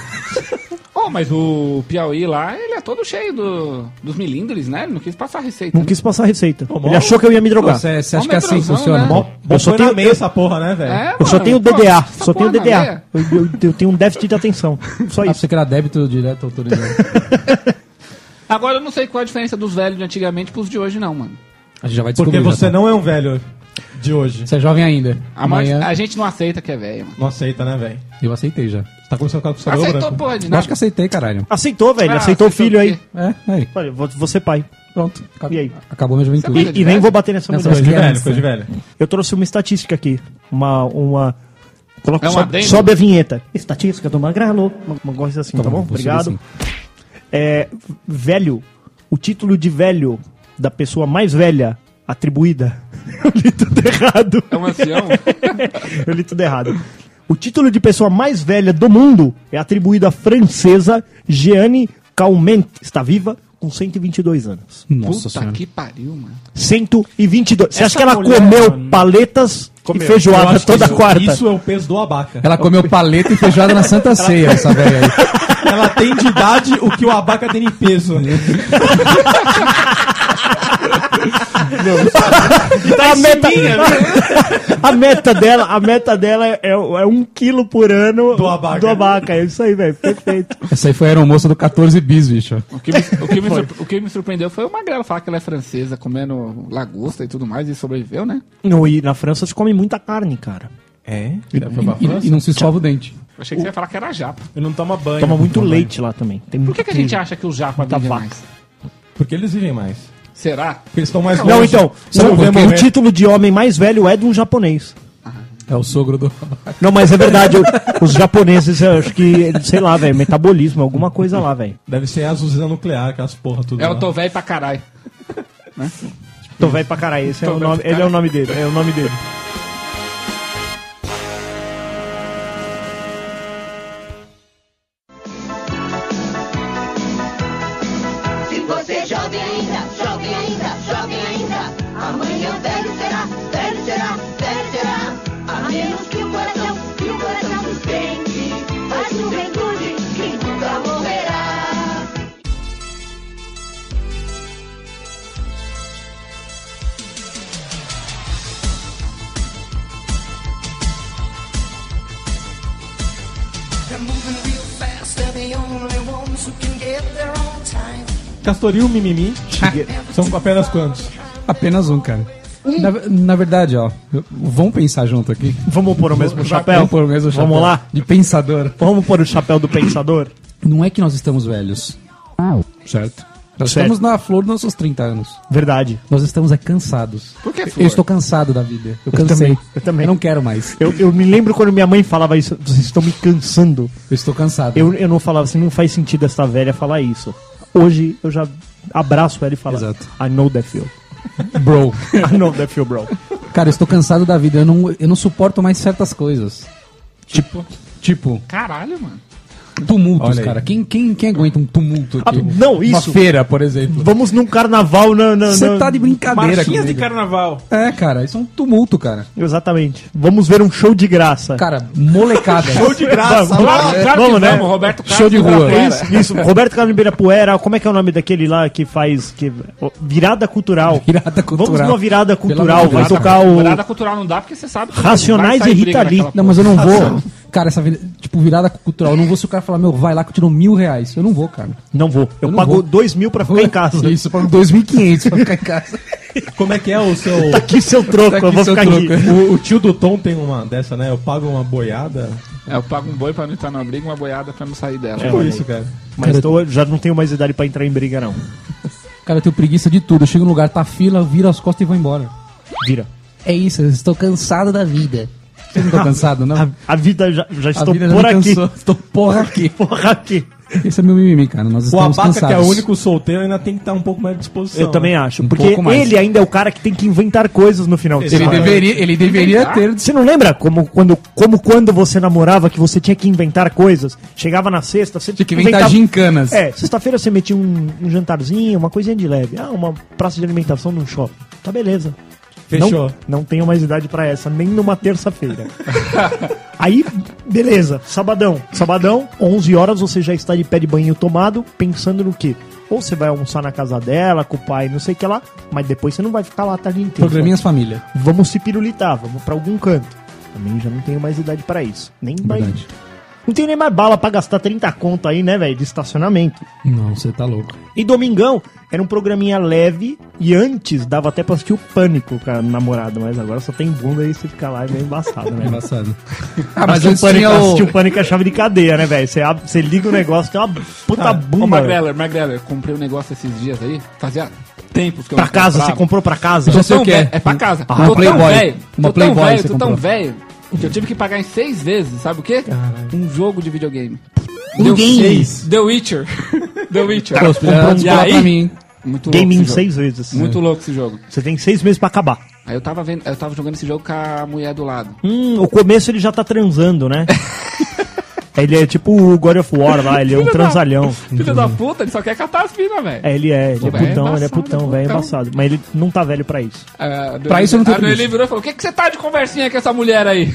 Oh, mas o Piauí lá, ele é todo cheio do, dos milindres, né? Ele não quis passar receita. Não né? quis passar a receita. mó- Ele achou que eu ia me drogar. Você você Ó, acha que é assim que metrôzão, funciona? né? Mó- Bom, Eu só foi tenho- na meia essa porra, né, velho? É, Eu só mano, tenho pô, né? DDA. essa Só tenho porra é- na DDA. veia. Eu, eu- eu tenho um déficit de atenção. Só Ah, isso. você que era débito direto autorizado. Agora eu não sei qual é a diferença dos velhos de antigamente pros de hoje, não, mano. A gente já vai Porque descobrir. já, você Tom. não é um velho de hoje. Você é jovem ainda. A, maior- Amanhã a gente não aceita que é velho, mano. Não aceita, né, velho? eu aceitei já. Você tá começando com a cabelo Aceitou, branco. porra, de Eu nada. acho que aceitei, caralho. Aceitou, velho. Ah, aceitou o aceitou filho o aí. quê? É, aí. Olha, vou, vou ser pai. Pronto. Acab- E aí? Acabou minha Você é juventude. bonito. E nem vou bater nessa Nessa mulher. Coisa de Criança. velho, coisa de velho. Eu trouxe uma estatística aqui. Uma. uma... Coloca, É um sobe, adendo? sobe a vinheta. Estatística do Magralo. Uma, uma coisa assim, tá bom? vou subir Obrigado. sim. É, velho. O título de velho da pessoa mais velha atribuída. Eu li tudo errado. É um ancião. Eu li tudo errado. O título de pessoa mais velha do mundo é atribuído à francesa Jeanne Calment. Está viva? com 122 anos. Puta que pariu, mano. 122. Você Essa acha que ela mulher, comeu mano, paletas comeu. e Eu feijoada acho que toda isso- quarta? Isso é o peso do abaca. Ela comeu paleta e feijoada na Santa Ceia, essa velha aí. Ela tem de idade o que o abaca tem de peso. Né? a, Tá meta, a meta dela, a meta dela é, é um quilo por ano do abaca. É isso aí, velho. Perfeito. Essa aí foi a aeromoça do 14 bis, bicho. O que, me, o, que me surpre- o que me surpreendeu foi uma grela falar que ela é francesa, comendo lagosta e tudo mais, e sobreviveu, né? Não, e na França se come muita carne, cara. É? E, e não se escova o dente. Eu achei que você ia falar que era japa. E não toma banho. Toma muito leite lá também. Tem Por que, que a gente acha que o japa muita vive vaca. mais? Porque eles vivem mais. Será? Porque eles estão mais Não, então, sabe Não, por quê? vemos- o título de homem mais velho é de um japonês. É o sogro do abaca. Não, mas é verdade, eu- os japoneses, eu acho que, sei lá, velho, metabolismo, alguma coisa lá, velho. Deve ser as usinas nucleares, aquelas porra tudo. lá. Eu tô velho pra caralho. Tô velho pra caralho, esse é Tô o velho nome, pra ele é o caralho. nome dele, é o nome dele. Se você é jovem ainda, jovem ainda, jovem ainda, amanhã velho será, velho será, velho será. A menos que o coração, que o coração sustente, a juventude que nunca morrerá. They're moving real fast, they're the only ones who can get there on time. Castoril, mimimi. São apenas quantos? Apenas um, cara. Na, na verdade, ó, vamos pensar junto aqui. Vamos pôr o mesmo chapéu? Vamos pôr o mesmo chapéu Vamos lá? De pensador. Vamos pôr o chapéu do pensador? Não é que nós estamos velhos. Certo. Nós Tá Certo. estamos na flor dos nossos 30 anos. Verdade. Nós estamos é cansados. Por que flor? Eu estou cansado da vida. Eu cansei. também, eu também. não quero mais. Eu, eu me lembro quando minha mãe falava isso, vocês estão me cansando. Eu estou cansado. Eu, eu não falava assim, não faz sentido essa velha falar isso. Hoje eu já abraço ela e falo, Exato. I know that feel. Bro. I know that feel, bro. Cara, eu estou cansado da vida. Eu não, eu não suporto mais certas coisas. Tipo? Tipo, Caralho, mano. tumultos, Olha aí. cara. Quem, quem, quem aguenta um tumulto aqui? Ah, não, Uma isso. feira, por exemplo. Vamos num carnaval na... na- Você na- tá de brincadeira Marchinhas de comigo. carnaval. É, cara, isso é um tumulto, cara. Exatamente. Vamos ver um show de graça. Cara, molecada. Show de graça. Vamos, lá. vamos, vamos, né? Roberto Carlos. Show de rua. É isso, isso. Roberto Carlos Ibirapuera, como é que é o nome daquele lá que faz. Que, ó, virada cultural. Virada cultural. Vamos numa virada amor cultural. de Vai Deus. tocar o. Virada cultural não dá porque você sabe. que Racionais vai sair e briga Rita Lee. naquela Não, porra. mas eu não vou. Cara, essa vida, tipo, virada cultural. Eu não vou se o cara falar, meu, vai lá que eu tiro mil reais. Eu não vou, cara. Não vou. Eu, Eu não pago vou. dois mil pra ficar em casa. Isso, pago 2.500 pra ficar em casa. Como é que é o seu. Tá aqui seu troco, Tá aqui eu vou seu ficar aqui. troco. O, o tio do Tom tem uma dessa, né? Eu pago uma boiada. É, eu pago um boi pra não entrar na briga e uma boiada pra não sair É, dela. Tipo isso, cara. Mas tô- já não tenho mais idade pra entrar em briga, não. Cara, eu tenho preguiça de tudo. Eu chego no lugar, tá fila, eu viro as costas e vou embora. Vira. É isso, eu estou cansado da vida. Vocês não estão cansados, tá não? A, a vida já, já A estou vida já por me aqui. cansou. Estou porra aqui. Porra aqui. Esse é meu mimimi, cara. Nós O estamos abaca, cansados. que é o único solteiro, ainda tem que estar um pouco mais à disposição. Eu também né? acho. Um porque pouco mais. ele ainda é o cara que tem que inventar coisas no final de Ele Ele semana. deveria, ele deveria ter. Você não lembra como quando, como quando você namorava que você tinha que inventar coisas? Chegava na sexta, você Tinha que inventar gincanas. É, sexta-feira você metia um, um jantarzinho, uma coisinha de leve. Ah, uma praça de alimentação num shopping. Tá beleza. Fechou. Não, não tenho mais idade pra essa, nem numa terça-feira. Aí, beleza, sabadão. Sabadão, 11 horas, você já está de pé de banho tomado, pensando no quê? Ou você vai almoçar na casa dela, com o pai, não sei o que lá, mas depois você não vai ficar lá a tarde inteira Programinhas família. vamos se pirulitar, vamos pra algum canto. Também já não tenho mais idade pra isso. Nem mais. Verdade. Não tenho nem mais bala pra gastar 30 conto aí, né, velho, de estacionamento. Não, você tá louco. E domingão era um programinha leve e antes dava até pra assistir o pânico com a namorada, mas agora só tem bunda aí você fica lá e meio embaçado, né? Mas Engraçado. Ah, mas o antes pânico, tinha o... assistir o pânico é a chave de cadeia, né, velho? Você abre- Você liga o negócio, tem uma puta Ô, bunda. velho. Magreller, Magreller, comprei um negócio esses dias aí. Fazia tempos que eu Pra não casa, comprava. você comprou pra casa? Então- Você tão o quê? velho- É pra casa. Ah, uma Playboy. Tão velho, Uma tô Playboy tão velho, você tô tão comprou. velho, que eu tive que pagar em seis vezes, sabe o quê? Um jogo de videogame. Um game. The Witcher. The Witcher. Pô, você podia E falar aí- pra mim. Muito louco Game em esse jogo. seis vezes. assim. Muito louco esse jogo. Você tem seis meses pra acabar. Aí eu tava vendo, eu tava jogando esse jogo com a mulher do lado. Hum, o começo ele já tá transando, né? Ele é tipo o God of War lá, ele é um Filho da- transalhão. Filho da puta, ele só quer catar as minas, velho. É, ele é, ele Pô, é velho, é putão, ele é embaçado, putão, velho, é embaçado. Mas ele não tá velho pra isso. Ah, Pra isso eu não tenho Ah, Ele preguiça. virou e falou: O que, que você tá de conversinha com essa mulher aí?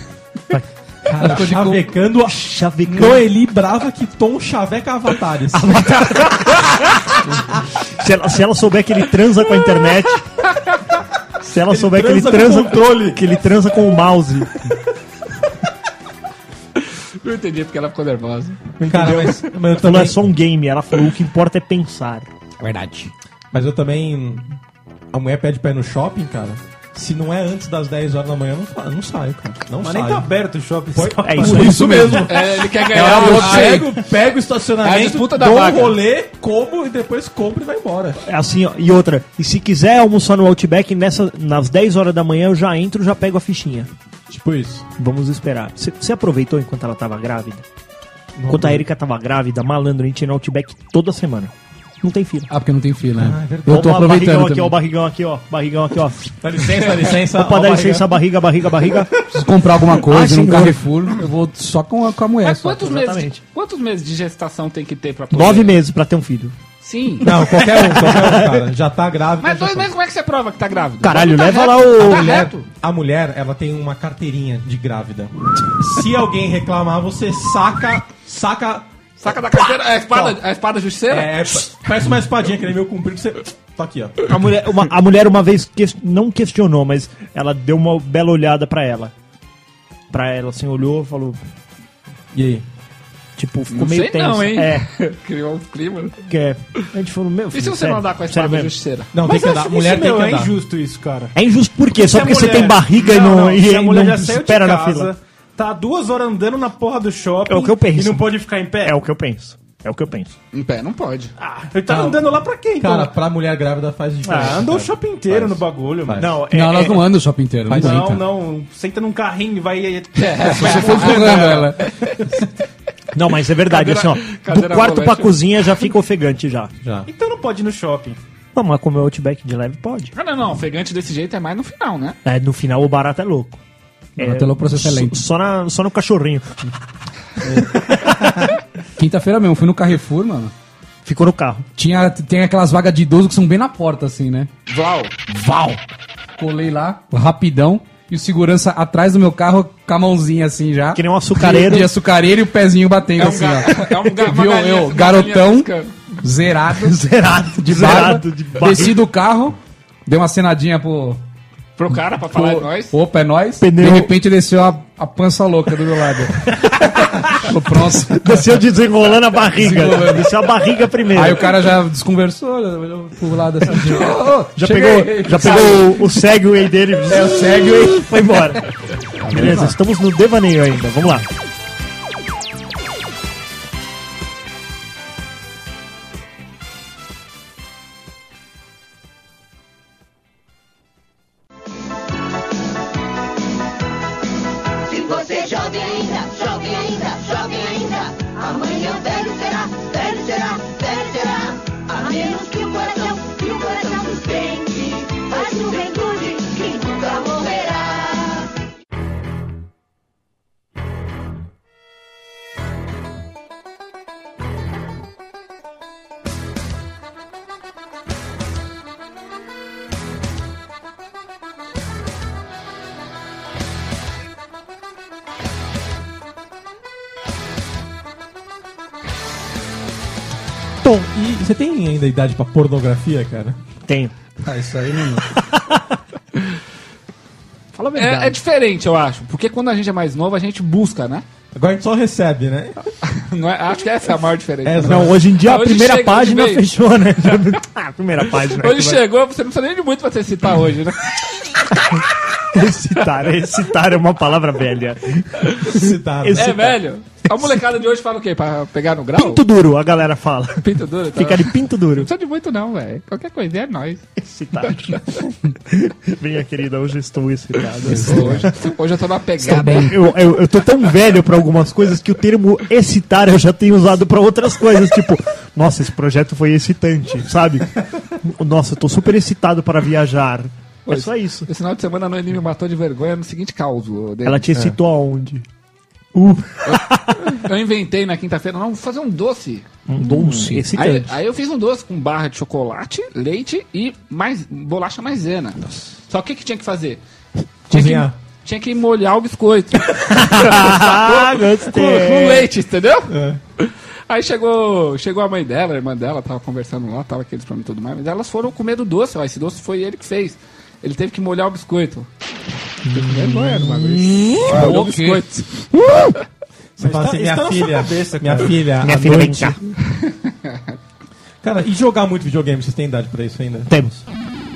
Cara, chavecando a chavecando. Noeli Brava que Tom chaveca avatares. Se ela, se ela souber que ele transa com a internet. Se ela Ele souber que ele transa com transa. controle. Que ele transa com o mouse. Não entendi porque ela ficou nervosa. Cara, mas, mas eu Ela falou, é também, só um game. Ela falou, o que importa é pensar. Verdade. mas eu também. A mulher pede pé no shopping, cara. Se não é antes das 10 horas da manhã, eu não, fa- eu não saio, cara. Não Mas saio. nem tá aberto o shopping. Foi- esse cara. é isso, isso mesmo. É, ele quer É, ganhar o eu outro aí. pego, pego o estacionamento, É a disputa da dou vaga. um rolê, como e depois compro e vai embora. É assim, ó, e outra. E se quiser almoçar no Outback, nessa, nas 10 horas da manhã eu já entro já pego a fichinha. Tipo isso. Vamos esperar. Você você aproveitou enquanto ela tava grávida? Enquanto a Erika tava grávida, malandro, a gente ia no Outback toda semana. Não tem fila. Ah, porque não tem fila, né? Ó, eu tô o barrigão aproveitando aqui, ó, o também. barrigão aqui, ó. Barrigão aqui, ó. Dá licença, dá licença. Opa, ó, dá barriga. licença, barriga, barriga, barriga. Preciso comprar alguma coisa Ah, num senhor. Carrefour, eu vou só com a, com a mulher. Mas só. quantos meses, É, exatamente. quantos meses de gestação tem que ter pra poder? Nove meses pra ter um filho. Sim. Não, qualquer um, qualquer um, cara. Já tá grávida. Mas já dois tá. meses, como é que você prova que tá grávida? Caralho, Tá leva reto, lá o- Tá mulher, reto. a mulher, ela tem uma carteirinha de grávida. Se alguém reclamar, você saca, saca, Saca da carteira É a Então. espada, a espada justiceira? é, parece uma espadinha que nem meu comprido, você tá aqui, ó. A mulher uma, a mulher uma vez ques- não questionou, mas ela deu uma bela olhada pra ela. Pra ela, assim, olhou, falou, E aí? tipo, ficou Não meio sei tenso. não, hein? É, Criou um clima. que é. A gente falou, meu E se filho, você não sério, andar com a sério espada mesmo. justiceira? Não, tem Mas que andar, isso, mulher tem meu, que andar. É injusto isso, cara. É injusto por quê? Se Só a porque você mulher- tem barriga e não, e se a não mulher já saiu espera de na casa, fila. Tá duas horas andando na porra do shopping. É o que eu penso. E não pode ficar em pé. É o que eu penso. É o que eu penso. Em pé, não pode. Ah, ele tá andando lá pra quê, então? Cara, é, pra mulher grávida faz diferença. ah, andou o cara. shopping inteiro no bagulho, mano. Não, Não, elas não andam o shopping inteiro. Não, Não, aguenta. não. Senta num carrinho e vai. Você foi empurrando ela. Não, mas é verdade, Cadeira- assim, ó. Do cadeira quarto pra rolante. cozinha já fica ofegante já. Já. Então não pode ir no shopping. Não, mas comer Outback de leve pode. Ah, não, não. Ofegante desse jeito é mais no final, né? É, no final o barato é louco. Barato é louco, o processo é só- lento. Só, na- só no cachorrinho. Quinta-feira mesmo, fui no Carrefour, mano. Ficou no carro. Tinha, tem aquelas vagas de idoso que são bem na porta, assim, né? Val. Val! Colei lá, rapidão, e o segurança atrás do meu carro com a mãozinha assim já. Que nem um açucareiro. De, de açucareiro e o pezinho batendo É um, assim, ga ó. é um ga uma Viu? galinha- Eu, uma galinha garotão, piscando. zerado, Zerado, de zerado, zerado, de barriga. desci do carro, dei uma cenadinha pro... Pro cara, pra falar pro de nós. Opa, é nóis. Pneu. De repente desceu a, a pança louca do meu lado. Tô pronto. Desceu desenrolando a barriga. Desenrolando. Desceu a barriga primeiro. Aí o cara já desconversou, já olhou pro lado assim. tipo, "Ô, ô, já cheguei." pegou, já pegou o, o Segway dele. É, o Segway. Foi embora. Beleza, estamos no devaneio ainda. Vamos lá. Se você é jovem ainda, jovem ainda, jovem ainda, amanhã velho será, velho será, velho será. A menos que o coração, que o coração sustente, a juventude que nunca morrerá. Tom, e você tem ainda idade pra pornografia, cara? Tenho. Ah, isso aí não... Fala a É, é diferente, eu acho. Porque quando a gente é mais novo, a gente busca, né? Agora a gente só recebe, né? Não é- acho que essa é a maior diferença. É, Não, hoje em dia Ah, a hoje primeira chega, hoje página veio. fechou, né? ah, primeira página. Hoje chegou, você não precisa nem de muito pra você citar hoje, né? Excitar, excitar é uma palavra velha. Citado. Esse- É, velho. A molecada de hoje fala o quê? Pra pegar no grau? Pinto duro, a galera fala. Pinto duro. Tá? Fica de Não pinto duro. precisa de muito não, velho. Qualquer coisa é nóis. Excitar. Minha querida, hoje estou excitado. Hoje, hoje eu tô numa pegada. Eu, eu, eu tô tão velho pra algumas coisas que o termo excitar eu já tenho usado pra outras coisas. Tipo, nossa, esse projeto foi excitante, sabe? Nossa, eu tô super excitado para viajar. É só isso. É. Esse final de semana a Noemi me matou de vergonha no seguinte caos. ô, Denis. Ela te excitou aonde? Uh, Eu- Eu inventei na quinta-feira, não, vou fazer um doce. Um doce. Aí, Excitante. aí eu fiz um doce com barra de chocolate, leite e mais, bolacha maisena. Só que o que, que tinha que fazer? Tinha Cozinhar. que, tinha que molhar o biscoito. Ah, com, gostei. com leite, entendeu? Aí chegou, chegou a mãe dela, a irmã dela, tava conversando lá, tava aqueles pra mim e tudo mais, mas elas foram comer do doce, ó, esse doce foi ele que fez. Ele teve que molhar o biscoito. Fiquei com vergonha do bagulho. Molhou o ok. biscoito. Você fala assim, minha está na sua filha, cabeça, minha cara. filha, Minha à filha, vem noite- cá. Cara, e jogar muito videogame? Vocês têm idade pra isso ainda? Ah. Temos.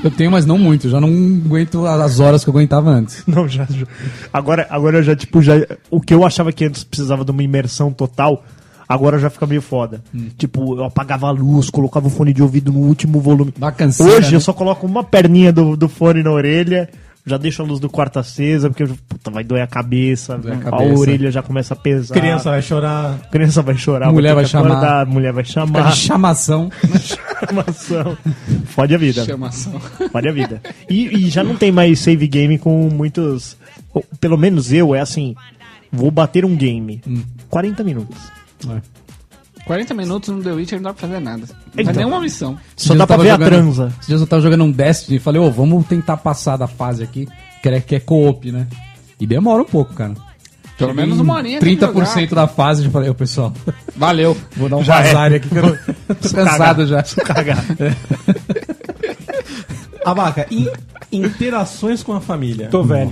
Eu tenho, mas não muito. Já não aguento as horas que eu aguentava antes. Não, já, já. Agora, agora eu já, tipo, já. O que eu achava que antes precisava de uma imersão total, agora já fica meio foda. Hum. Tipo, eu apagava a luz, colocava o fone de ouvido no último volume. canseira, Hoje né? eu só coloco uma perninha do, do fone na orelha. Já deixo a luz do quarto acesa, porque puta, vai doer a cabeça, a a, cabeça. orelha já começa a pesar. Criança vai chorar. Criança vai chorar, Mulher ter vai que chamar. acordar, mulher vai Fica chamar. de chamação. Chamação. Fode a vida. Chamação. Olha a vida. E, e já não tem mais save game com muitos. ou, Pelo menos eu, é assim. Vou bater um game. Hum. 40 minutos. 40 minutos no The Witcher não dá pra fazer nada. Não Então. tem nenhuma missão. Só dá pra ver a transa. Esses dias eu tava jogando um Destiny e falei, ô, vamos tentar passar da fase aqui, que é, que é co-op, né? E demora um pouco, cara. Pelo menos uma horinha. tem que 30% da fase, eu falei, ô, pessoal, jogar. Valeu. vou dar um Já é. vazar aqui que eu não- tô cansado já. Cagar. É. A vaca, in- interações com a família. Tô velho.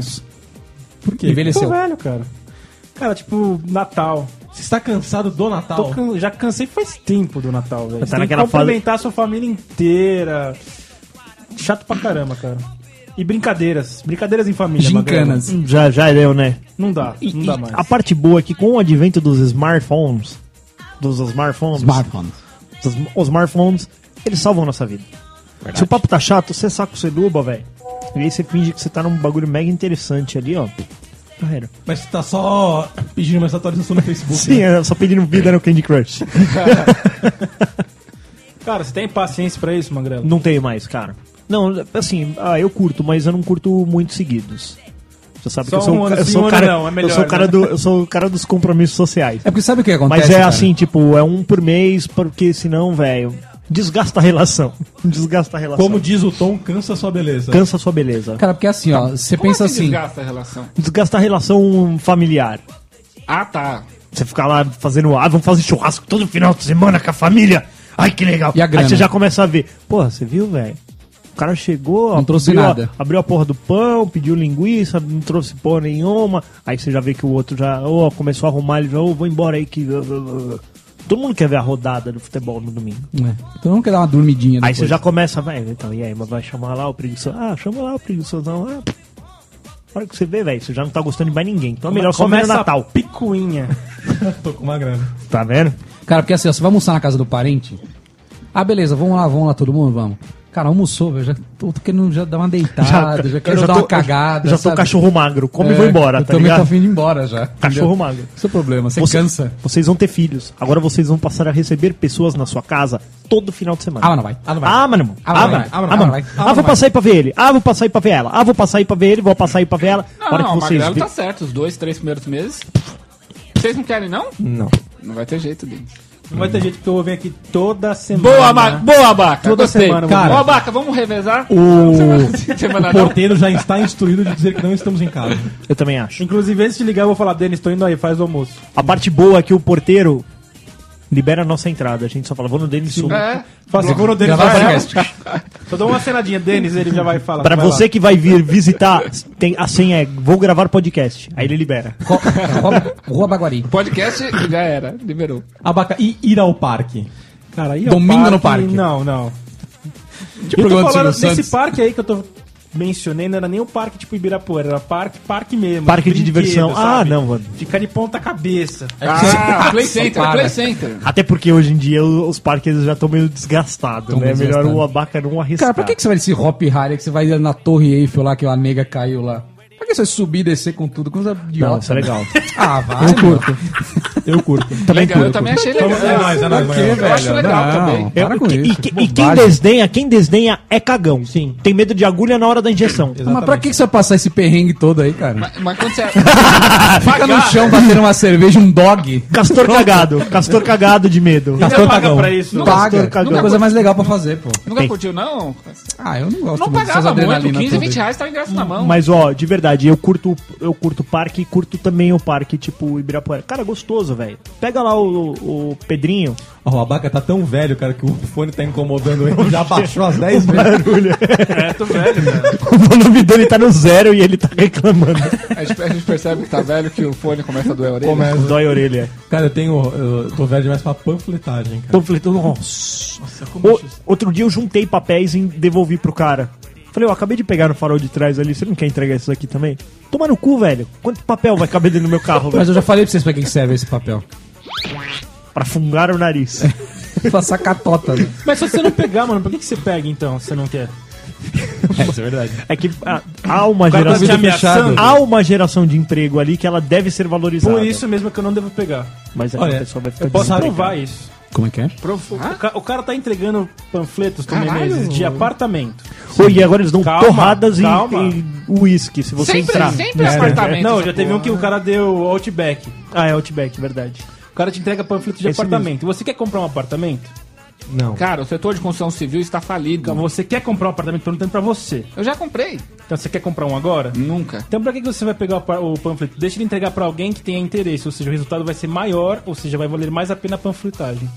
Por quê? Envelheceu. Tô velho, cara. Cara, tipo, Natal. Você está cansado do Tô Natal? can- Já cansei faz tempo do Natal, velho. Tá Você Tem que naquela fase- cumprimentar a sua família inteira. Chato pra caramba, cara. E brincadeiras. Brincadeiras em família. Magrelo. Gincanas. Já, já deu, né? Não dá. E, não e dá mais. a parte boa é que com o advento dos smartphones. Dos smartphones. Smartphone. dos- os smartphones, eles salvam nossa vida. Se o papo tá chato, você saca o celuba, velho. E aí você finge que você tá num bagulho mega interessante ali, ó. Já era. Mas você tá só pedindo mais atualização no Facebook. Sim, né? eu só pedindo vida no Candy Crush. Cara, você tem paciência pra isso, Magrelo? Não tenho mais, cara. Não, assim, ah, eu curto, mas eu não curto muito seguidos. Você sabe Só que eu sou, um o ca- ano eu sim, sou um o ano cara, não, é melhor, eu sou o cara né? do, eu sou o cara dos compromissos sociais. É porque sabe o que acontece, Mas é cara? assim, tipo, é um por mês, porque senão, velho, desgasta a relação. Desgasta a relação. Como diz o Tom, cansa a sua beleza. Cansa a sua beleza. Cara, porque assim, ó, você Como pensa assim assim, desgasta a relação? Desgasta a relação familiar. Ah, tá. Você fica lá fazendo, ah, vamos fazer churrasco todo final de semana com a família. Ai, que legal. E a grana? Aí você já começa a ver. Porra, você viu, velho? O cara chegou, Não trouxe abriu, a- nada. abriu a porra do pão, pediu linguiça, não trouxe porra nenhuma. Aí você já vê que o outro já ó, começou a arrumar, ele já, ô, vou embora aí que. Todo mundo quer ver a rodada do futebol no domingo. né? Então não quer dar uma dormidinha Aí depois. você já começa, velho, então, e aí, mas vai chamar lá o preguiçoso? Ah, chama lá o preguiçosão. Ah, a hora que você vê, velho, você já não tá gostando de mais ninguém. Então é melhor só ver no Começa a Natal. picuinha. Tô com uma grana. Tá vendo? Cara, porque assim, ó, você vai almoçar na casa do parente? Ah, beleza, vamos lá, vamos lá, todo mundo, vamos. Cara, almoçou, velho, já tô, tô querendo já dar uma deitada, já, eu Ah, quero dar tô- uma cagada, Já tô sabe? cachorro magro, come e É, vou embora, eu tá também ligado? tô afim de ir embora já. Cachorro entendeu? magro. Esse é o problema, você Você- cansa. Vocês vão ter filhos. Agora vocês vão passar a receber pessoas na sua casa todo final de semana. Ah, mas não vai. Ah, não vai. Ah, mas não. Ah, mas não vai. mano. Ah, mas não vai. Ah, mano. Ah, mas Ah, não vou vai. passar aí pra ver ele. Ah, vou passar aí pra ver ela. Ah, vou passar aí pra ver ele. Vou passar aí pra ver ela. Não, Hora não, que o vocês Magrelo vê- tá certo. Os dois, três primeiros meses. Vocês não querem, não? Não. Não vai ter jeito, Denis. Não vai ter jeito que eu vou vir aqui toda semana. Boa, né? ba boa, Baca. Toda Gostei. semana, Cara, vamos- Ó, Baca, vamos revezar? Semana, semana O não. porteiro já está instruído de dizer que não estamos em casa. Eu também acho. Inclusive, antes de ligar, eu vou falar, Denis, tô indo aí, faz o almoço. A parte boa é que o porteiro libera a nossa entrada. A gente só fala, vou no dele e sumo. É. Fala, segura o Denis, Gravar vai. podcast. Só dou uma cenadinha, Denis, ele já vai falar. Pra vai você lá. que vai vir visitar, tem, a senha é vou gravar podcast. Aí ele libera. Ro- Ro- Rua Baguari. Podcast já era. Liberou. Abaca, e ir ao parque? Cara, e Domingo no parque. Não, não. Tipo eu tô programa do falando, Silvio nesse Santos. parque aí que eu tô mencionei, não era nem o parque tipo Ibirapuera, era parque, parque mesmo. Parque de brinquedo, diversão. Ah, sabe? não, mano. Ficar de ponta cabeça. Ah, Play Center, para. Play Center. Até porque hoje em dia o- os parques já estão meio desgastados, Tão né? É melhor desgastado. o abaca não arriscar. Cara, pra que, que você vai nesse Hop Harry que você vai na Torre Eiffel lá, que a nega caiu lá? Pra que isso é subir e descer com tudo? Coisa idiota. Não, isso é legal. ah, vai. Eu curto. Eu curto. Também Legal, eu curto. também achei Então, legal. é nóis, é nóis, Por vai, quê, vai, Eu acho Então velho? legal Não. também. Para Eu- com É, e- isso, e- que E, quem bobagem. desdenha, quem desdenha é cagão. Sim. Tem medo de agulha na hora da injeção. Ah, Mas pra que que você vai passar esse perrengue todo aí, cara? Mas, mas quando você. Fica no chão batendo uma cerveja, um dog. Castor cagado. Castor cagado de medo. Castor cagão. né? pra isso. um Não, Paga. cagão. Nunca coisa mais legal pra fazer, pô. Nunca curtiu, não? Ah, eu não gosto Não tá muito dessas pagava muito, adrenalina 15, toda 20 aí. reais tava ingresso na mão. Mas ó, de verdade, eu curto eu curto o parque e curto também o parque tipo Ibirapuera. Cara, gostoso, velho. Pega lá o, o Pedrinho. Ó, o Abaca tá tão velho, cara, que o fone tá incomodando ele. Já baixou as 10 vezes. É, tô velho, velho. O volume dele tá no zero e ele tá reclamando. A gente, a gente percebe que tá velho, que o fone começa a doer a orelha. Dói a orelha. Cara, eu tenho. Eu tô velho demais pra panfletagem, cara. Então eu falei, tô- nossa. é-" O- outro dia eu juntei papéis e devolvi pro cara. Falei, eu acabei de pegar no farol de trás ali, você não quer entregar isso aqui também? Toma no cu, velho. Quanto papel vai caber dentro do meu carro, Mas velho? eu já falei pra vocês pra que que serve esse papel. Pra fungar o nariz. Passar catota, né? Mas se você não pegar, mano, por que, que você pega então, se você não quer? Isso é verdade. É que ah, há uma cara tá geração. te ameaçando. Há uma geração de emprego ali que ela deve ser valorizada. Por isso mesmo que eu não devo pegar. Mas é aí Olha, a pessoa vai ficar Eu posso desempregada. provar isso. tá Como é que é? O, ca- o cara tá entregando panfletos pro Menezes de apartamento. Oi, e agora eles dão Calma, torradas e- calma. e uísque, se você Sempre, entrar. sempre é É. apartamento. Não, já essa teve um que o cara deu Outback. Ah, é Outback, verdade. O cara te entrega panfleto de Esse apartamento. E Você quer comprar um apartamento? porra. Cara, o setor de construção civil está falido. Você quer comprar um apartamento perguntando pra você. Eu já comprei. Então você quer comprar um agora? Nunca. Então pra que que você vai pegar o pa- o panfleto? Deixa ele entregar pra alguém que tenha interesse, ou seja, o resultado vai ser maior, ou seja, vai valer mais a pena a panfletagem.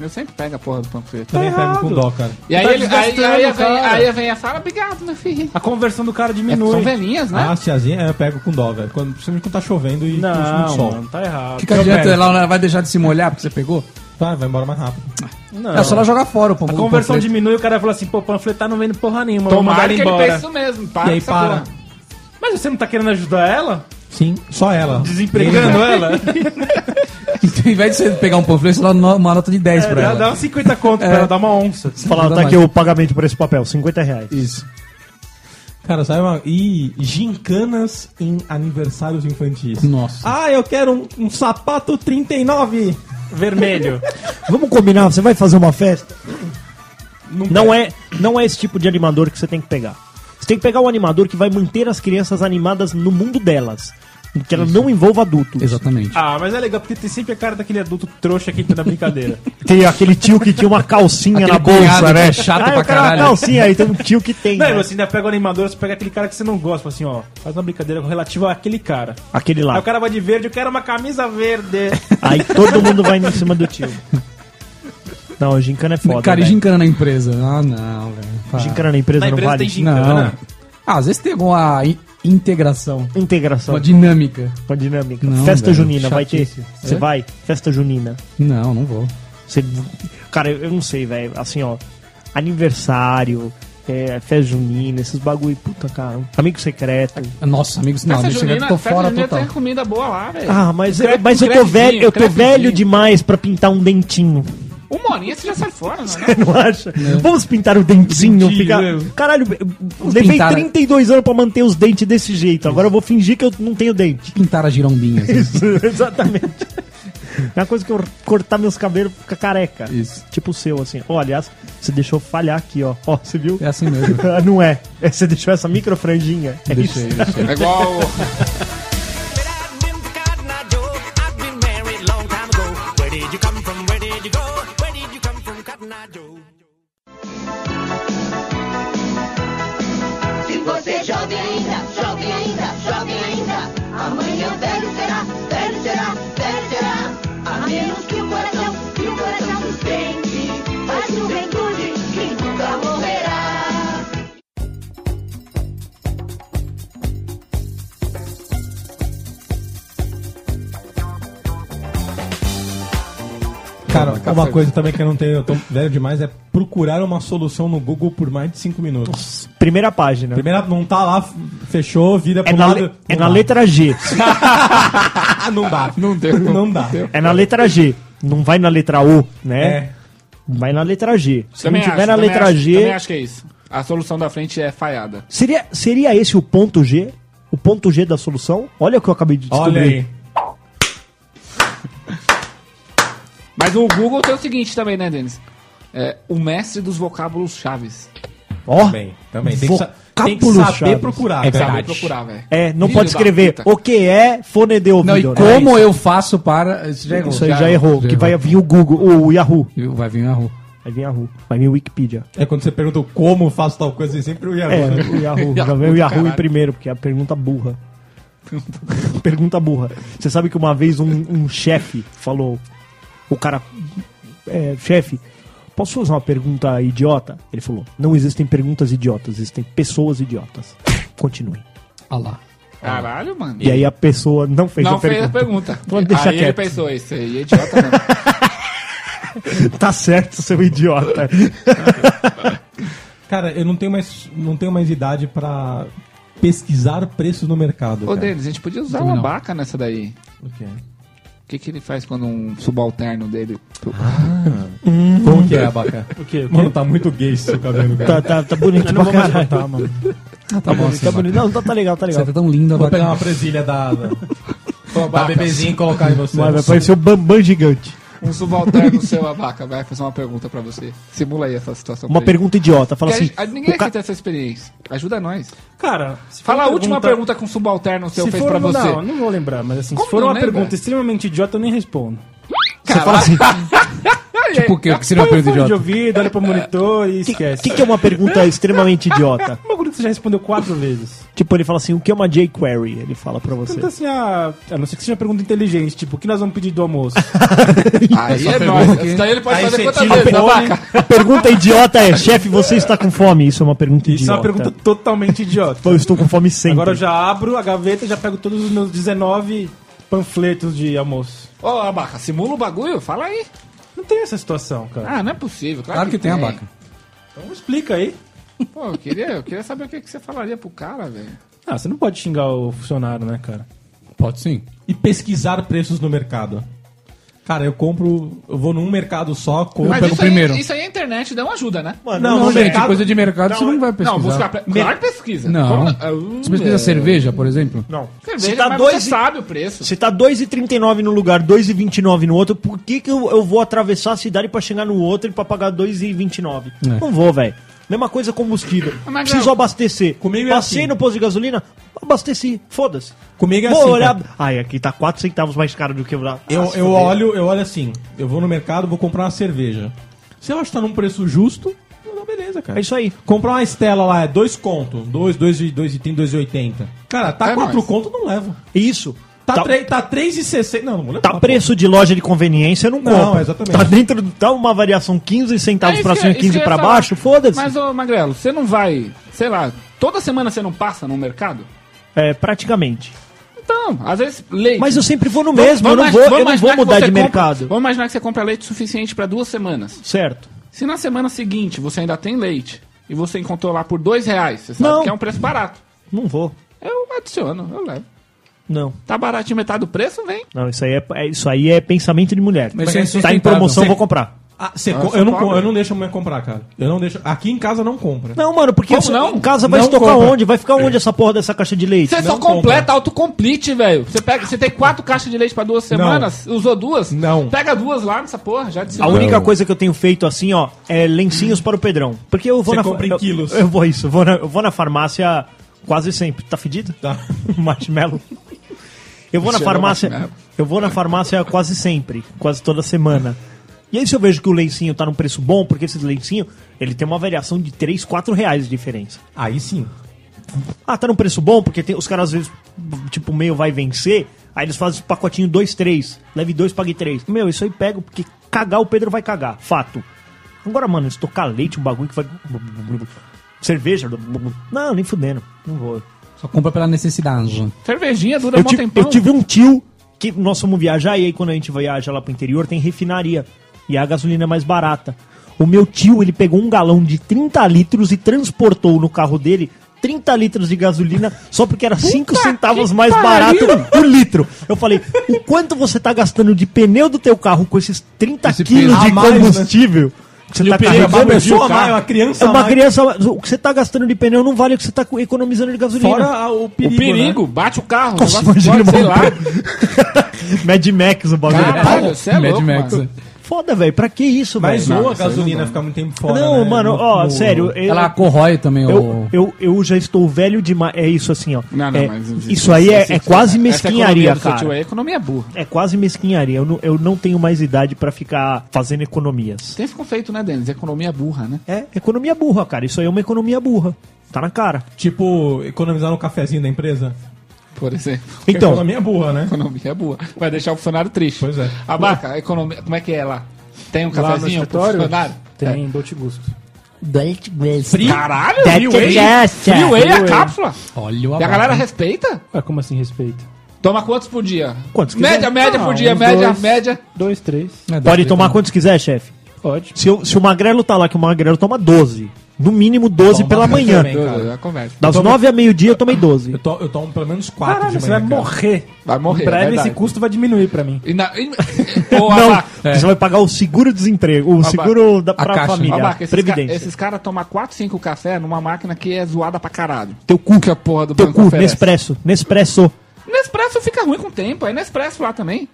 Eu sempre pego a porra do panfleto. Também pego com dó, cara. E aí, Tá ele, aí, aí, desgastando, vem, cara. aí vem a fala, obrigado, meu filho. A conversão do cara É, diminui. são velhinhas, né? Tá Ah, tiazinha, é, eu pego com dó, velho. Quando, principalmente quando tá chovendo e puxa muito Não, sol. mano, tá errado. Que que adianta ela ela vai deixar de se molhar porque você pegou? Tá, vai embora mais rápido. Não. É só ela jogar fora o pão. A o conversão panfleto. diminui, o cara fala assim, pô, panfletar não vendo porra nenhuma, vou mandar Tomara ele que ele embora. pense isso mesmo. Para E aí, com essa para. porra. Mas você não tá querendo ajudar ela? Sim, só ela. Desempregando ela? Então, ao invés de você pegar um panfleto, ela dá uma nota de 10 pra dá, ela. É, dá uns 50 conto pra ela dar uma onça. assim, Falar, Não tá dá aqui mais. o pagamento por esse papel, 50 reais. Isso. Cara, sabe uma. E gincanas em aniversários infantis. Nossa. Ah, eu quero um, um sapato 39! Vermelho. Vamos combinar, você vai fazer uma festa? Não, é, não é esse tipo de animador que você tem que pegar. Você tem que pegar um animador que vai manter as crianças animadas no mundo delas. Que ela não envolva adultos. Exatamente. Ah, mas é legal, porque tem sempre a cara daquele adulto trouxa que entra na brincadeira. Tem aquele tio que tinha uma calcinha na bolsa, cunhado que né? é chato ah, pra eu quero uma caralho. calcinha aí, tem um tio que tem. Não, e né? você ainda pega o animador, você pega aquele cara que você não gosta, assim, ó, faz uma brincadeira relativa àquele cara. Tá. Aquele Aí é lá. o cara vai de verde, eu quero uma camisa verde. Aí todo mundo vai em cima do tio. Não, o gincana é foda. cara, e velho. gincana na empresa? Ah, não, velho. Pá. gincana na Na empresa não empresa vale. tem Não. gincana. Ah, às vezes tem alguma in- integração, Integração, uma dinâmica. uma dinâmica. Não, Festa velho, junina, vai ter. chatice. Você É? vai? Festa junina. Não, não vou. Você... Cara, eu eu não sei, velho. Assim, ó. Aniversário, é, festa junina, esses bagulho. Puta, cara. um Amigo secreto. Nossa, amigos, não, Festa amigo secreto, junina, tô festa fora junina total. tem é comida boa lá, velho. Ah, mas, Crepe- mas eu tô crepezinho, velho, eu tô crepezinho. velho demais pra pintar um dentinho. Uma horinha você já sai fora, não é? Não acha? Vamos pintar o dentinho, Dentinho, ficar. né? Caralho, eu levei pintar, né? 32 anos pra manter os dentes desse jeito. Agora eu vou fingir que eu não tenho dente. Pintar a girombinha. assim. Isso, exatamente. É uma coisa que eu cortar meus cabelos fica careca. Isso. Tipo o seu, assim. Ó, aliás, você deixou falhar aqui, ó. Ó, você viu? É assim mesmo. Ah, não é. É, Você deixou essa micro franjinha. É Deixei, isso. deixei. É igual. Se você é jovem ainda, jovem ainda, jovem ainda, amanhã velho será, velho será, velho será. A menos que o coração, que o coração sustente, a juventude que nunca morrerá. Cara, uma coisa também que eu não tenho, eu tô velho demais, é procurar uma solução no Google por mais de 5 minutos. Primeira página. Primeira, não tá lá, fechou, vira É pro na, lado. le- é não na dá. letra G. Ah, não dá. Não deu. Não dá. É na letra G. Não vai na letra O, né? É. Vai na letra G. Se Também não tiver acho, na também letra acho, G. Também acho que é isso. A solução da frente é falhada. Seria, seria esse o ponto G? o ponto G da solução. Olha o que eu acabei de descobrir. Olha aí. Mas o Google tem o seguinte também, né, Denis? É, o mestre dos vocábulos chaves. Ó, Também, também. Tem que sa- tem que saber procurar, É cara. saber Verdade. procurar, velho. É, não Filho pode da escrever puta. o que é fone de ouvido. Não, e né? como eu faço para. Isso, já errou. Isso aí já, errou, que vai vir o Google, o Yahoo. Vai vir o Yahoo. Vai vir Yahoo. Vai vir o Wikipedia. É quando você perguntou como faço tal coisa, e sempre o Yahoo. É, né? o Yahoo. Já veio o Yahoo em primeiro, porque é a pergunta burra. pergunta burra. Você sabe que uma vez um, um chefe falou, o cara, é, chefe, posso usar uma pergunta idiota? Ele falou, não existem perguntas idiotas, existem pessoas idiotas. Continue. Ah lá. Caralho, mano. E aí a pessoa não fez não a pergunta. fez a pergunta. Vou deixar aí ele quieto. pensou, esse aí é idiota mesmo. Tá certo, seu idiota. Cara, eu não tenho mais, não tenho mais idade pra pesquisar preços no mercado. Ô, cara. Denis, a gente podia usar Também uma não. vaca nessa daí. O quê? O que, que ele faz quando um subalterno dele... Como que é, Abaca? O quê? O quê? Mano, tá muito gay esse seu cabelo, cara. tá, tá, tá bonito Eu não pra vou mais caralho. botar, mano. Ah, tá bom, Tá bonito. Não, tá, tá legal, tá Você legal. tá tão lindo, Vou pegar uma Abaca. presilha da... da... Tomar bebezinho e colocar em você. Vai, vai parecer o Bambam gigante. Um subalterno seu, a vaca, vai fazer uma pergunta pra você. Simula aí essa situação. Uma pra ele. pergunta idiota. Fala assim. Porque a- ninguém o aqui ca- tem essa experiência. Ajuda nós. Cara, se for Fala a uma última pergunta que um subalterno seu Se fez for, pra não, um, você. Não, não vou lembrar, mas assim, Como se for não uma lembra? pergunta extremamente idiota, eu nem respondo. Você fala assim. Tipo o quê? O que seria uma Põe o pergunta fone de idiota? ouvido, olha pro monitor e O esquece. que, que é uma pergunta extremamente idiota? Uma pergunta É, um que você já respondeu quatro vezes. Tipo, ele fala assim, o que é uma jQuery? Ele fala pra você. Pergunta assim, ah, a não ser que seja uma pergunta inteligente, tipo, o que nós vamos pedir do almoço? Aí é nóis. Isso daí ele pode Aí fazer você quantas tira o vezes, a fone. assim. vaca. A pergunta idiota é, chefe, você está com fome? Isso é uma pergunta idiota. Então, Isso é uma pergunta totalmente idiota. Eu estou com fome sempre. Agora eu já abro a gaveta e já pego todos os meus 19 panfletos de almoço. Ô, Abaca, simula o bagulho, fala aí. Não tem essa situação, cara. Ah, não é possível. Claro, Claro que tem, Abaca. Então explica aí. Pô, eu queria, eu queria saber o que, que você falaria pro cara, velho. Ah, você não pode xingar o funcionário, né, cara? Pode sim. E pesquisar preços no mercado. Cara, eu compro... Eu vou num mercado só, compro... Mas- pego isso, primeiro. Aí, é- isso aí a internet dá uma ajuda, né? Não, Não, no gente, mercado- coisa de mercado você não vai pesquisar. Não, buscar... Pre... Claro que pesquisa. Não. Como- Ah, uh, Você pesquisa é. cerveja, por exemplo? Não. Se Cerveja, tá mas dois você e- sabe o preço. se tá 2,39 no lugar, 2,29 no outro, por que, que eu, eu vou atravessar a cidade pra chegar no outro e pra pagar 2,29? É. Não vou, velho. Mesma coisa combustível. Mas, Preciso Léo, abastecer. comigo é Passei assim. no posto de gasolina, abasteci. Foda-se. Comigo é vou assim, olhar. cara. Ai, aqui tá 4 centavos mais caro do que lá. Eu, Ah, eu, foder. olho, eu olho assim, eu vou no mercado, vou comprar uma cerveja. Se eu acho que tá num preço justo, eu dou beleza, cara. É isso aí. Comprar uma Estela lá, é dois conto, dois, dois, e- dois e trinta, dois e oitenta. Cara, tá É quatro nóis. conto, não levo. Isso. Tá, tre- tá três e sessenta, não, não vou levar. Tá preço de loja de conveniência, eu não Não, compro. exatamente. Tá dentro, do- dá uma variação 15 centavos É isso pra que- cima e isso que 15 eu ia pra falar. baixo, foda-se. Mas, ô Magrelo, você não vai, sei lá, toda semana você não passa no mercado? É, praticamente. Então, às vezes, leite. Mas eu sempre vou no Vamos- mesmo, eu vamos não imagi- vou, eu vamos não imaginar vou que mudar você de compra- mercado. Vamos imaginar que você compra leite suficiente pra duas semanas. Certo. Se na semana seguinte você ainda tem leite e você encontrou lá por dois reais, você sabe Não. que é um preço barato. Não vou. Eu adiciono, eu levo. Não. Tá baratinho metade do preço, vem. Não, isso aí é, é- isso aí é pensamento de mulher. Mas isso é tá em insustentável. promoção, Você- vou comprar. Ah, você Nossa, co- eu, não, pobre. co- eu não deixo a mulher comprar, cara. Eu não deixo. Aqui em casa não compra. Não, mano, porque Como você- não? em casa vai Não estocar compra. onde? Vai ficar onde essa porra dessa caixa de leite? Você só Não compra. completa autocomplete, velho. Você pega, você tem quatro caixas de leite pra duas semanas, usou duas? Não. Pega duas lá nessa porra, já A adicionou. única coisa que eu tenho feito assim, ó, é lencinhos para o Pedrão. Porque eu vou Você na compra em eu- quilos. Eu, vou isso, eu vou, na, eu vou na farmácia quase sempre. Tá fedido? Tá. é marshmallow. Eu vou na Cheirou farmácia. marshmallow. Eu vou na farmácia quase sempre, quase toda semana. E aí se eu vejo que o lencinho tá num preço bom, porque esse lencinho, ele tem uma variação de 3, 4 reais de diferença. Aí sim. Ah, tá num preço bom, porque tem- os caras às vezes, tipo, meio vai vencer, aí eles fazem o pacotinho 2, 3, leve 2, pague 3. Meu, isso aí pega, porque cagar o Pedro vai cagar, fato. Agora, mano, estocar leite, um bagulho que vai. Cerveja. Não, nem fudendo, não vou. Só compra pela necessidade. Cervejinha dura Eu, mó ti- tempão. eu tive um tio que nós fomos viajar, e aí quando a gente viaja lá pro interior, tem refinaria. E a gasolina é mais barata. O meu tio, ele pegou um galão de 30 litros e transportou no carro dele 30 litros de gasolina só porque era 5 centavos mais pariu! barato por litro. Eu falei, o quanto você tá gastando de pneu do teu carro com esses 30 Esse quilos peso. de A mais, né? combustível? você E tá o pneu carregando. começou a Cara, mais, uma criança É uma mais. criança a mais. O que você tá gastando de pneu não vale o que você tá co- economizando de gasolina. Fora a- o perigo, né? bate o carro, Nossa, né? o negócio imagina explode, uma- Mad Max o bagulho. Caralho, você é louco, mano. Foda, velho. Pra que isso, velho? Mas ou a gasolina ficar muito tempo fora. Não, né? mano, No- ó, no- sério. eu- Ela corrói também Eu, o. eu, eu já estou velho demais. É isso assim, ó. Não, não, É, mas isso aí é, é quase mesquinharia, essa economia do seu tio cara. aí É economia burra. É quase mesquinharia. Eu não, eu não tenho mais idade pra ficar fazendo economias. Tem esse conceito, né, Denis? Economia burra, né? É, economia burra, cara. Isso aí é uma economia burra. Tá na cara. Tipo, economizar no cafezinho da empresa. Por exemplo. Então. Economia burra, né? Economia burra. Vai deixar o funcionário triste. Pois é. Abaca, a economia. Como é que é lá? Tem um Lá no cafezinho pro escritório? funcionário? Tem Dolce Gusto. É. Caralho, Freeway? né? Freeway é a cápsula. Olha o E a galera respeita? Ah, como assim respeita? Toma quantos por dia? Quantos quiser. Média, média por Ah, dia, uns média, dois. média. Dois, três. É Pode tomar né? quantos quiser, chefe. Pode. Se, o- se o magrelo tá lá, que o magrelo toma 12. No mínimo 12 Toma pela café manhã. também. Dois, cara. já conversa. Das Toma- 9 a meio-dia eu tomei 12. Eu, to, eu tomo pelo menos quatro Caralho, de você manhã. vai cara. morrer. Vai morrer, um Em breve é verdade. esse custo vai diminuir pra mim. E na, e, ô, Não, é, Abaca, você vai pagar o seguro-desemprego, o seguro da, pra caixa. família, Abaca, esses previdência. ca- esses caras tomam 4, 5 café numa máquina que é zoada pra caralho. Teu cu, Que a porra do teu banco cu, oferece. Nespresso, Nespresso. Nespresso fica ruim com o tempo, aí Nespresso lá também.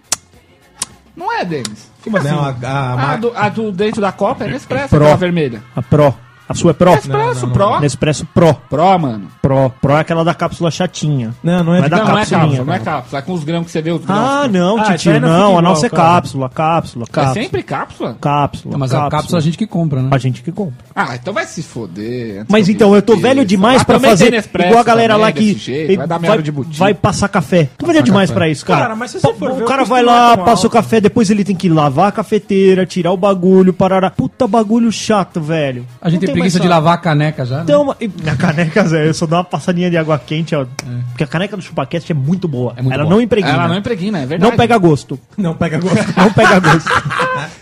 Não é, Denis? Fica assim. Não, a- a- a a, ma- do, a do dentro da Copa é Nespresso, Pro. aquela vermelha. A Pro, a sua é Pro? Nespresso, Pro. Nespresso Pro. Pro, mano. Pro, Pro é aquela da cápsula chatinha. Não, não é de Vai dar Não, não é cápsulinha, cápsula, não é cara. cápsula. É com os grãos que você vê, os grãos. Ah, não, Ah, isso Titio, aí não fica não, a igual, nossa é cara. cápsula, cápsula, É cápsula, sempre cápsula? cápsula, Mas a cápsula a gente que compra, né? A gente que compra. Ah, então vai se foder. antes Mas que eu então, me eu tô esqueça. velho demais Ah, pra também fazer tem Nespresso igual a galera também, lá que desse jeito, vai dar merda de botija. vai passar café. Tô velho demais pra isso, cara. Cara, mas se você for o ver, cara o custo vai não é lá, tão passa o alto. café, depois ele tem que lavar a cafeteira, tirar o bagulho, parar. Puta bagulho chato, velho. A gente Não tem, preguiça mais de saco. lavar a caneca já. né? Então, uma- e- na caneca, Zé, eu só dou uma passadinha de água quente, É. ó. Porque a caneca do ChupaCast é muito boa. muito Ela boa. não impregna. Ela não impregna, é verdade. Não pega gosto. Não, pega gosto. Não pega gosto.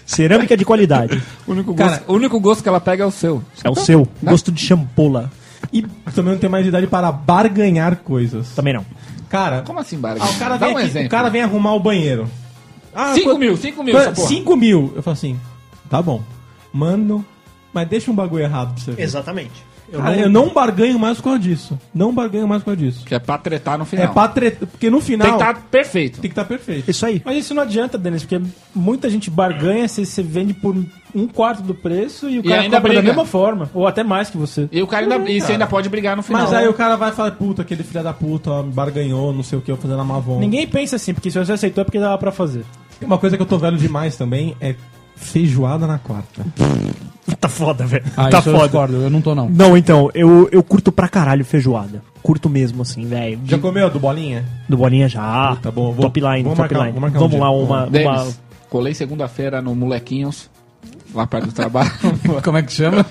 Cerâmica de qualidade. O único, Cara- gosto, o único gosto que ela pega é o seu. É o seu. Gosto de champola. e também não tem mais idade para barganhar coisas. Também não. Cara, Como assim, Barga? ah, o, cara Dá vem um aqui- exemplo. o cara vem arrumar o banheiro. Ah, 5 quanto- mil, 5 mil, essa Mano, porra. 5 mil. Eu falo assim, tá bom. Mano, mas deixa um bagulho errado pra você ver. Exatamente. Cara, Eu, não... barganho mais por causa disso. Não barganho mais por causa disso. Que é pra tretar no final. É pra treta. Porque no final Tem que tá- estar perfeito. tem que estar perfeito. Isso aí. Mas isso não adianta, Denis, porque muita gente barganha se você vende por um quarto do preço e o E cara ainda compra da briga. mesma forma. Ou até mais que você. E o cara ainda, e você ainda pode brigar no final. né? Mas né? aí o cara vai falar, puta, aquele filho da puta, ó, me barganhou, não sei o que, eu fazendo a Mavon. Ninguém pensa assim, porque se você aceitou é porque dava pra fazer. Uma coisa que eu tô velho demais também é feijoada na quarta. Tá foda, velho. Ah, tá isso eu foda. discordo, eu não tô não. Não, então, eu, eu curto pra caralho feijoada. Curto mesmo, assim, velho. Já comeu a do bolinha? Do bolinha já. Tá bom, vou- top line, vamos top marcar- line. vamos marcar um Vamos dia. lá, uma. uma... Denis, colei segunda-feira no Molequinhos, lá perto do trabalho. Como é que chama?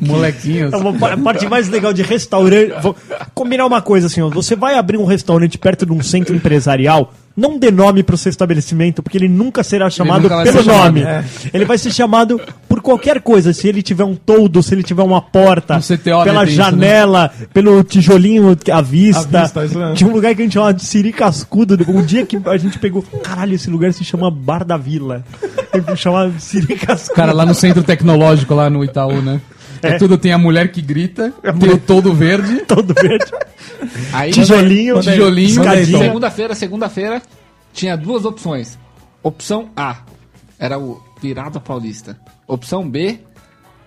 Molequinhos. É uma pa- a parte mais legal de restaurante. Vou combinar uma coisa assim, ó. Você vai abrir um restaurante perto de um centro empresarial, não dê nome pro seu estabelecimento, porque ele nunca será chamado nunca vai pelo ser nome. chamado, Ele vai ser chamado por qualquer coisa. Se ele tiver um toldo, se ele tiver uma porta, No CTO, né, pela tem isso, né? janela, pelo tijolinho à vista. À vista, isso mesmo. Tinha um lugar que a gente chamava de Siri Cascudo. Um dia que a gente pegou, caralho, esse lugar se chama Bar da Vila. Eu chamava Siri Cascudo. Cara, lá no centro tecnológico, lá no Itaú, né? É. tudo tem a mulher que grita, tem o todo verde, Todo verde, Aí, tijolinho, tijolinho, escadinha. segunda-feira, segunda-feira, tinha duas opções. Opção A era o virado paulista. Opção B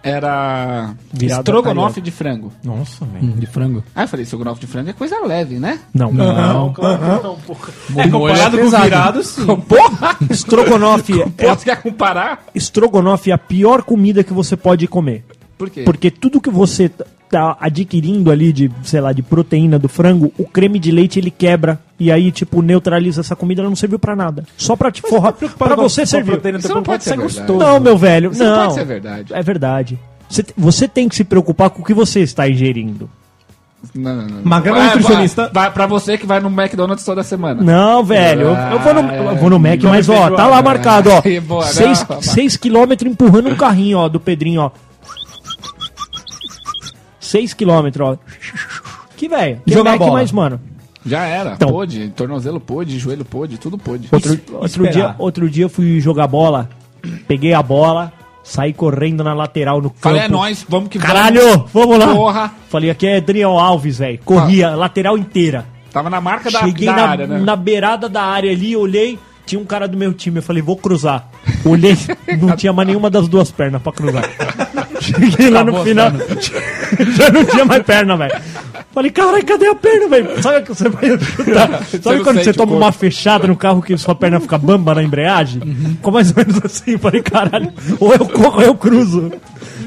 era Virada estrogonofe carioca. de frango. Nossa, velho. de frango. Aí eu falei, estrogonofe de frango é coisa leve, né? Não, não. É comparado com o virado. Porra! Estrogonofe é, a, Posso quer comparar? estrogonofe é a pior comida que você pode comer. Por quê? Porque tudo que você t- tá adquirindo ali de, sei lá, de proteína do frango, o creme de leite ele quebra. E aí, tipo, neutraliza essa comida, ela não serviu pra nada. Só pra te forrar. Pra você servir. Proteína, Isso teu não corpo pode ser verdade. gostoso. Não, meu velho. Isso não. não pode ser verdade. É verdade. Você, te- você tem que se preocupar com o que você está ingerindo. Não, não, não. Magrão Vai, nutricionista. Vai, vai pra você que vai no McDonald's toda semana. Não, velho. eu- eu, vou Ah, no, eu é, vou no Mac, mas ó, tá lá marcado, ó. Que boa, 6 não, seis quilômetros empurrando um carrinho, ó, do Pedrinho, ó. 6 quilômetros, ó. Que velho. Que Jogar Mac bola. mais, mano. Já era. Então. Pôde, tornozelo pôde, joelho pôde, tudo pôde. Outro, outro esperar. dia, outro dia eu fui jogar bola, peguei a bola, Saí correndo na lateral no campo. Falei, é nóis, vamos que Caralho, vamos. vamos, lá. Porra. Falei, aqui é Daniel Alves, velho. Corria, lateral inteira. Tava na marca da, Cheguei da na, área, né? na beirada da área ali, olhei, tinha um cara do meu time. Eu falei, vou cruzar. Olhei, não tinha mais nenhuma das duas pernas pra cruzar. Cheguei lá no Acabou as final, já não tinha mais perna, velho. Falei, caralho, cadê a perna, velho? Sabe, que você vai chutar? Sabe não quando sente você o toma corpo. Uhum. uma fechada no carro que sua perna fica bamba na embreagem? Ficou mais ou menos assim. Falei, caralho, ou eu corro ou eu cruzo.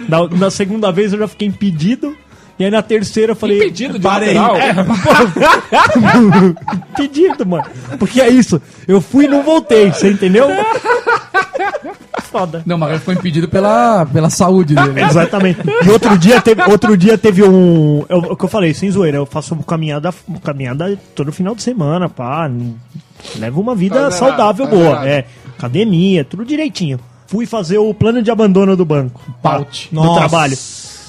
Na, na segunda vez eu já fiquei impedido. E aí na terceira eu falei. Impedido de parei. lateral? É, pô, impedido, mano. Porque é isso. Eu fui e não voltei, você entendeu? Foda. Não, mas ele foi impedido pela, pela saúde dele. É, Tá Exatamente. E outro dia teve, outro dia teve um. eu- o que eu falei, sem zoeira, eu faço caminhada, caminhada todo final de semana, pá. n- Levo uma vida Tá zerado, saudável, tá boa. zerado. É, academia, tudo direitinho. Fui fazer o plano de abandono do banco. pá, Paut. Do Nossa. trabalho.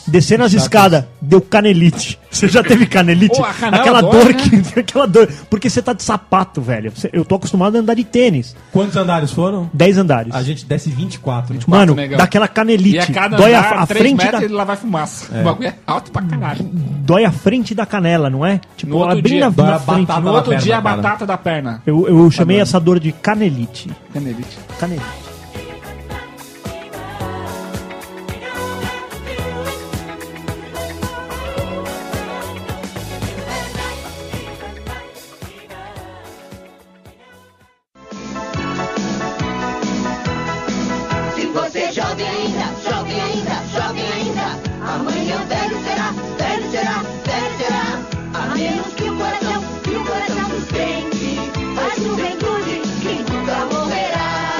Descer nas escadas, deu canelite. Você já teve canelite? Pô, a canela aquela dói, dor né? que. Aquela dor. Porque você tá de sapato, velho. Você- Eu tô acostumado a andar de tênis. Quantos andares foram? 10 andares. A gente desce 24. né? Mano, Negão. dá aquela E a canelite. cada Dói andar, a, a três frente metros, da ele lá vai fumaça. O bagulho é alto pra caralho. dói a frente da canela, não é? Tipo, No outro ela bem dia, na, dói na a frente. batata. No na outro perna, dia, a cara. batata da perna. Eu, eu chamei essa dor de canelite. Canelite. Canelite. Se você é jovem ainda, jovem ainda, jovem ainda, amanhã velho será, velho será, velho será. A menos que o coração, que o coração despenque, a juventude um que nunca morrerá.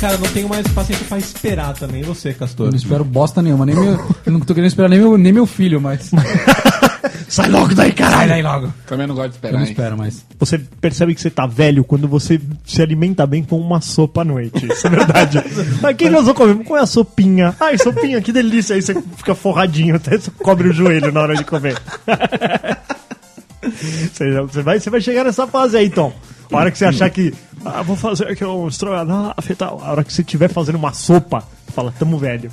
Cara, eu não tenho mais paciência pra esperar também. E você, Castor? Eu não espero bosta nenhuma. Nem meu, eu não tô querendo esperar nem meu, nem meu filho, mas. Sai logo daí, Sai caralho! daí logo. Também não gosto Eu de esperar, não hein? espero mais. Você percebe que você tá velho quando você se alimenta bem com uma sopa à noite. Isso é verdade. Mas quem nós vamos comer? Qual é a sopinha? Ai, sopinha, que delícia. Aí você fica forradinho, até você cobre o joelho na hora de comer. Você, já- você vai, você vai chegar nessa fase aí, então. A hora que você achar que. Ah, vou fazer aqui um estrogonofe e tal. A hora que você estiver fazendo uma sopa, fala, tamo velho.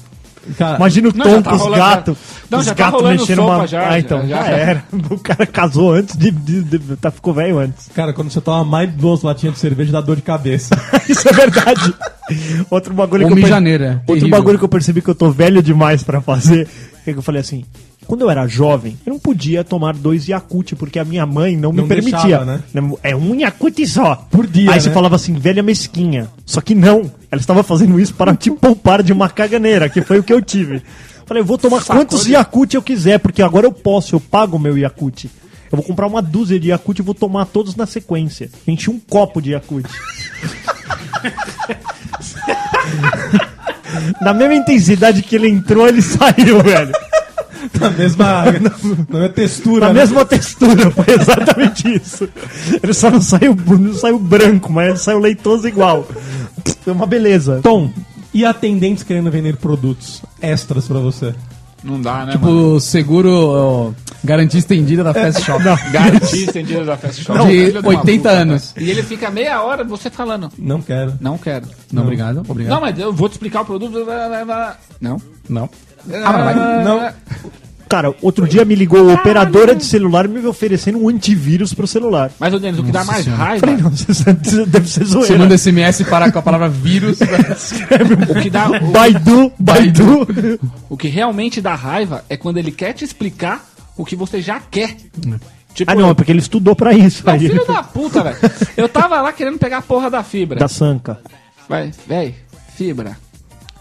Cara, Imagina o Não, tom já tá com os rolando, gatos. já- Não, os já tá gatos rolando mexendo sopa uma. já, ah, já- então, já, já. era. O cara casou antes de. de- de- tá, ficou velho antes. Cara, quando você toma mais duas latinhas de cerveja, dá dor de cabeça. Isso é verdade. Outro bagulho Ou que eu per- mijaneira, é Outro terrível. bagulho que eu percebi que eu tô velho demais pra fazer. é que eu falei assim. Quando eu era jovem, eu não podia tomar dois Yakult, porque a minha mãe não, Não me permitia. deixava, né? É um Yakult só. Por dia, Aí você né? falava assim, velha mesquinha. Só que não. Ela estava fazendo isso para te poupar de uma caganeira, que foi o que eu tive. Falei, eu vou tomar né?" quantos Yakult eu quiser, porque agora eu posso, eu pago o meu Yakult. Eu vou comprar uma dúzia de Yakult e vou tomar todos na sequência. Enchi um copo de Yakult. Na mesma intensidade que ele entrou, ele saiu, velho. Na mesma, na mesma textura. Na né? mesma textura, foi exatamente isso. Ele só não saiu, não saiu branco, mas ele saiu leitoso igual. Foi uma beleza. Tom, e atendentes querendo vender produtos extras pra você? Não dá, né, mano? Tipo, seguro. ó, garantia estendida da Fast Shop. Garantia estendida da Fast Shop. de Filho 80 uma puta, anos. cara. E ele fica meia hora você falando. Não quero. Não quero. Não, obrigado. Obrigado. Não, mas eu vou te explicar o produto. blá, blá, blá. Não. Não. Ah, mas vai. Não. Cara, outro dia me ligou a operadora de celular me oferecendo um antivírus pro celular. Mas, ô Denis, o que dá mais raiva. Falei, não, isso deve ser Você zoeira. manda SMS para com a palavra vírus. O que dá. o- Baidu, Baidu. O que realmente dá raiva é quando ele quer te explicar o que você já quer. Tipo, Ah, não, é porque ele estudou pra isso não, Tá aí. filho da puta, velho. Eu tava lá querendo pegar a porra da fibra. Da Sanca. Vai, véi, fibra.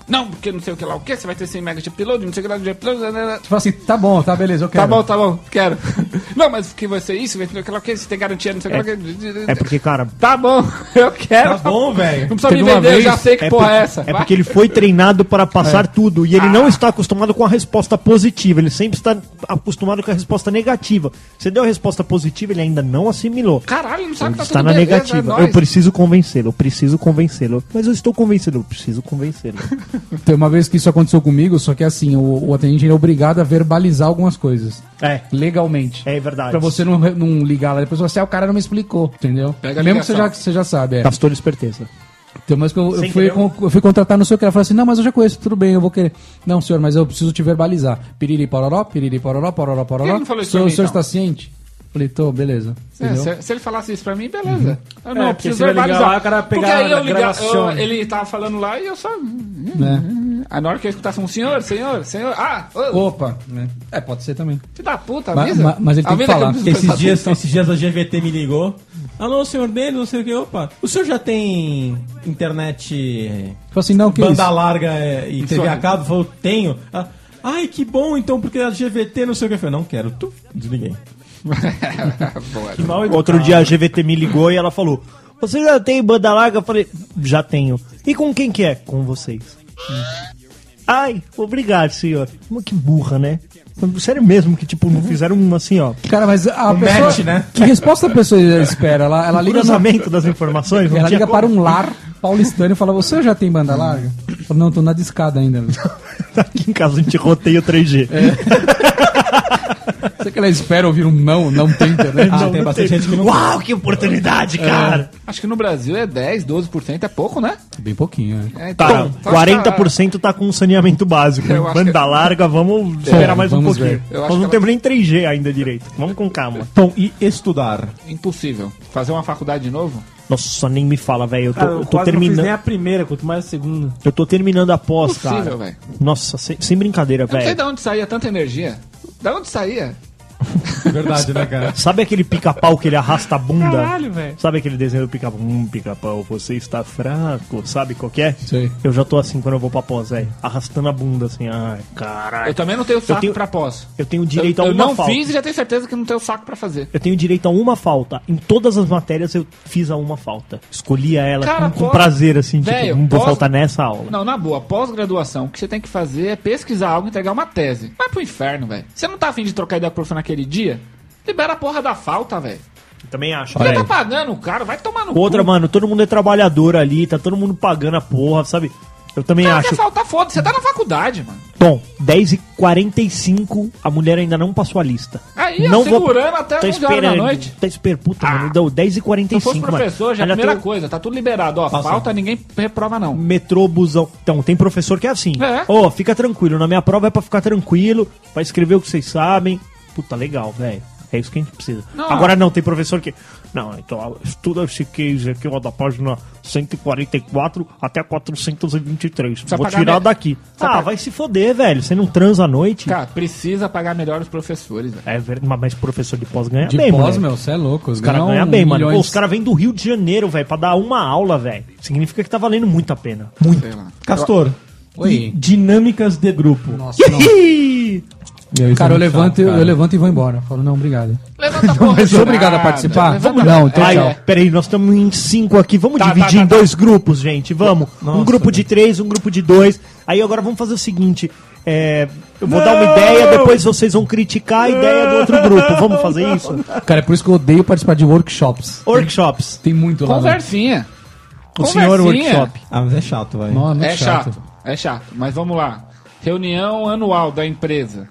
Não, porque não sei o que lá o que, você vai ter 100 megas de upload, não sei o que lá de upload. né, nanana. Tipo assim, tá bom, tá, beleza, eu quero. Tá bom, tá bom, quero. Não, mas que vai ser isso, vai ter aquela que você tem garantia, não sei o que lá que. É porque, cara. Tá bom, eu quero. Tá bom, velho. Não precisa Teve me uma vender, eu vez- já sei que porra por- é essa. É. Ah. É Vai. porque ele foi treinado para passar tudo e ele não está acostumado com a resposta positiva. Ele sempre está acostumado com a resposta negativa. Você deu a resposta positiva, ele ainda não assimilou. Caralho, não sabe Ele que tá está tudo na beleza, é negativa. nóis. eu preciso convencê-lo, eu preciso convencê-lo. Mas eu estou convencido, eu preciso convencê-lo. Tem uma vez que isso aconteceu comigo, só que assim, o, o atendente ele é obrigado a verbalizar algumas coisas. É. Legalmente. É verdade. Pra você não, re- não ligar lá depois, você, ah, o cara não me explicou, entendeu? Pega a Mesmo que você já, ligação. Tá. você já sabe, é. Castor esperteza. Tem umas que eu, eu Sem fui, querer, con- eu fui contratar no seu cara, falou assim, não, mas eu já conheço, tudo bem, eu vou querer. Não, senhor, mas eu preciso te verbalizar. Piriri, pororó, piriri, pororó, pororó, Por que pororó. ele não falou isso Senhor- pra O mim, senhor então? está ciente? Falei, tô, beleza. É, Entendeu? se, se ele falasse isso pra mim, Uhum. beleza. Eu É, não, eu porque preciso você vai ligar verbalizar. lá, o cara vai pegar porque aí a eu ligar, eu, gravação. ele tava falando lá e eu só... hum, Né? Aí na hora que eu escutasse um senhor, senhor, senhor, ah, ô, Opa, né? É, pode ser também. filho da puta, Ma- avisa. ma- mas ele tem que Avisa eu falar. preciso Esses pensar dias, Tá tudo. esses dias a GVT me ligou. Alô, senhor dele, não sei o que. Opa, o senhor já tem internet Falei assim, não, que banda isso? larga é, e TV a cabo? Falou, tenho. Ela, Ai, que bom então, porque a GVT não sei o que. Eu falei, não quero. Tu, desliguei. Boa. Que mal educado. Outro dia a GVT me ligou e ela falou: Você já tem banda larga? Eu falei: Já tenho. E com quem que é? Com vocês. Ai, obrigado, senhor. Mas Que burra, né? Sério mesmo que, tipo, não fizeram um assim, ó. Cara, mas a pessoa... match, né? Que resposta a pessoa espera? Ela, ela liga, na- Cruzamento das informações? não ela tinha liga como. para um lar paulistano e fala, você já tem banda larga? Eu falo, não, tô na discada ainda. Tá Aqui em casa a gente roteia o 3G. Será que ela espera ouvir um não, não tem né? internet? Ah, tem bastante gente que não. Uau, que oportunidade, cara! Acho que no Brasil é 10, 12%, é pouco, né? Bem pouquinho, né? É, Tá, então, 40% tá com saneamento básico. Eu acho Banda que- larga, vamos esperar mais um vamos pouquinho. ver. Eu acho Nós não que temos nem 3G ainda direito. Vamos com calma. Bom, e estudar? tá Impossível. Fazer uma faculdade de novo? Nossa, nem me fala, velho. Eu tô, Cara, Ah, eu eu tô quase não fiz terminando. nem a primeira, quanto mais a segunda. Eu tô terminando a pós, Impossível, cara. é velho. Nossa, sem, sem brincadeira, Eu não sei velho. de onde saía tanta energia. Da onde saía? Verdade, né, cara? Sabe aquele pica-pau que ele arrasta a bunda? Caralho, velho. Sabe aquele desenho do pica-pau? Hum, pica-pau, você está fraco. Sabe qual que é? Sei. Eu já tô assim quando eu vou pra pós, velho. Arrastando a bunda, assim. Ai, Eu caralho. também não tenho saco tenho- pra pós. Eu tenho direito eu a eu uma não falta. fiz e já tenho certeza que não tenho saco pra fazer. Eu tenho direito a uma falta. Em todas as matérias eu fiz a uma falta. Escolhia ela Cara, com, com pós- prazer, assim, Velho, tipo, não vou pós- faltar nessa aula. Não, na boa, pós-graduação, o que você tem que fazer é pesquisar algo e entregar uma tese. Vai pro inferno, velho. Você não tá afim de trocar ideia com o professor naquele dia? Libera a porra da falta, velho. Eu também acho. Você velho. tá pagando o cara, vai tomar no Outra, cu. mano, todo mundo é trabalhador ali, tá todo mundo pagando a porra, sabe? Eu também Você não acho. quer faltar, foda Você tá na faculdade, mano. Bom, 10h45, a mulher ainda não passou a lista. Aí, ó, não segurando até 11 horas da noite. Tá esperando, puta, Ah. mano, deu 10h45, Se eu fosse professor, mano. já é a Ainda primeira tem Hum. coisa, tá tudo liberado. Ó, falta, ninguém reprova, não. Metrô, busão. Então, tem professor que é assim. Ô, É. fica tranquilo, na minha prova é pra ficar tranquilo, pra escrever o que vocês sabem. Puta, legal, velho. É isso que a gente precisa. Não. Agora não, tem professor que... Não, então estuda esse case aqui, ó, da página 144 até 423. Precisa Vou pagar tirar me- daqui. Precisa Ah, pagar- vai se foder, velho. Você não transa à noite? Cara, precisa pagar melhor os professores, velho. É verdade, mas professor de pós ganha De Tá bem, pós, moleque. meu, você é louco. Os caras ganham bem, mano. Pô, os caras vêm do Rio de Janeiro, velho, pra dar uma aula, velho. Significa que tá valendo muito a pena. Sei lá. Castor, Oi. e dinâmicas de grupo. Nossa, não. Cara, eu levanto, eu, cara. levanto e vou embora. Eu falo, não, obrigado. Levanta a porra. mas sou do obrigado a nada. participar? Levanta- Não, então Aí, tchau. ó, peraí, nós estamos em cinco aqui. Vamos Tá, dividir tá, em tá, dois grupos, gente. Vamos. um grupo de três, um grupo de dois. Aí agora vamos fazer o seguinte. é, eu vou dar uma ideia, depois vocês vão criticar a ideia do outro grupo. Vamos fazer isso? Cara, é por isso que eu odeio participar de workshops. Workshops. Tem muito lá. né? Conversinha. O senhor Conversinha. workshop. Ah, mas é chato, vai. Não, muito É chato. É chato. Mas vamos lá. Reunião anual da empresa.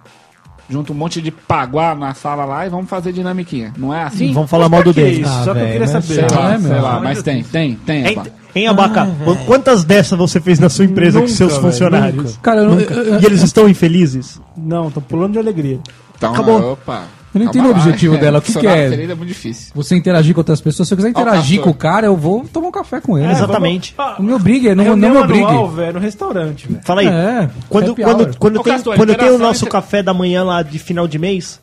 Junta um monte de paguá na sala lá e vamos fazer dinamiquinha. Não é assim? Vamos falar mal do Davis. Ah, isso? Só que eu queria saber. Sei lá, né, É, meu. sei lá. Mas tem, tem, tem. Hein, Abá. hein Ah, Abaca? Quantas dessas você fez na sua empresa com seus funcionários? Cara, eu, não- eu- eu- E eles estão infelizes? Não, tô pulando de alegria. Então, Acabou. Opa. Eu não Calma entendo o lá. objetivo dela, o que que Funcionário é? ferido é muito difícil. você interagir com outras pessoas. Se eu quiser interagir Ó, com o cara, eu vou tomar um café com ele. Exatamente. Exatamente. Vamos- Não me obrigue, não, não me Reunião obrigue. anual, velho, no restaurante, velho. Fala aí. É, quando, happy quando, hour. quando, Ô, tem, Castor, quando tem o interação nosso entre- café da manhã lá de final de mês,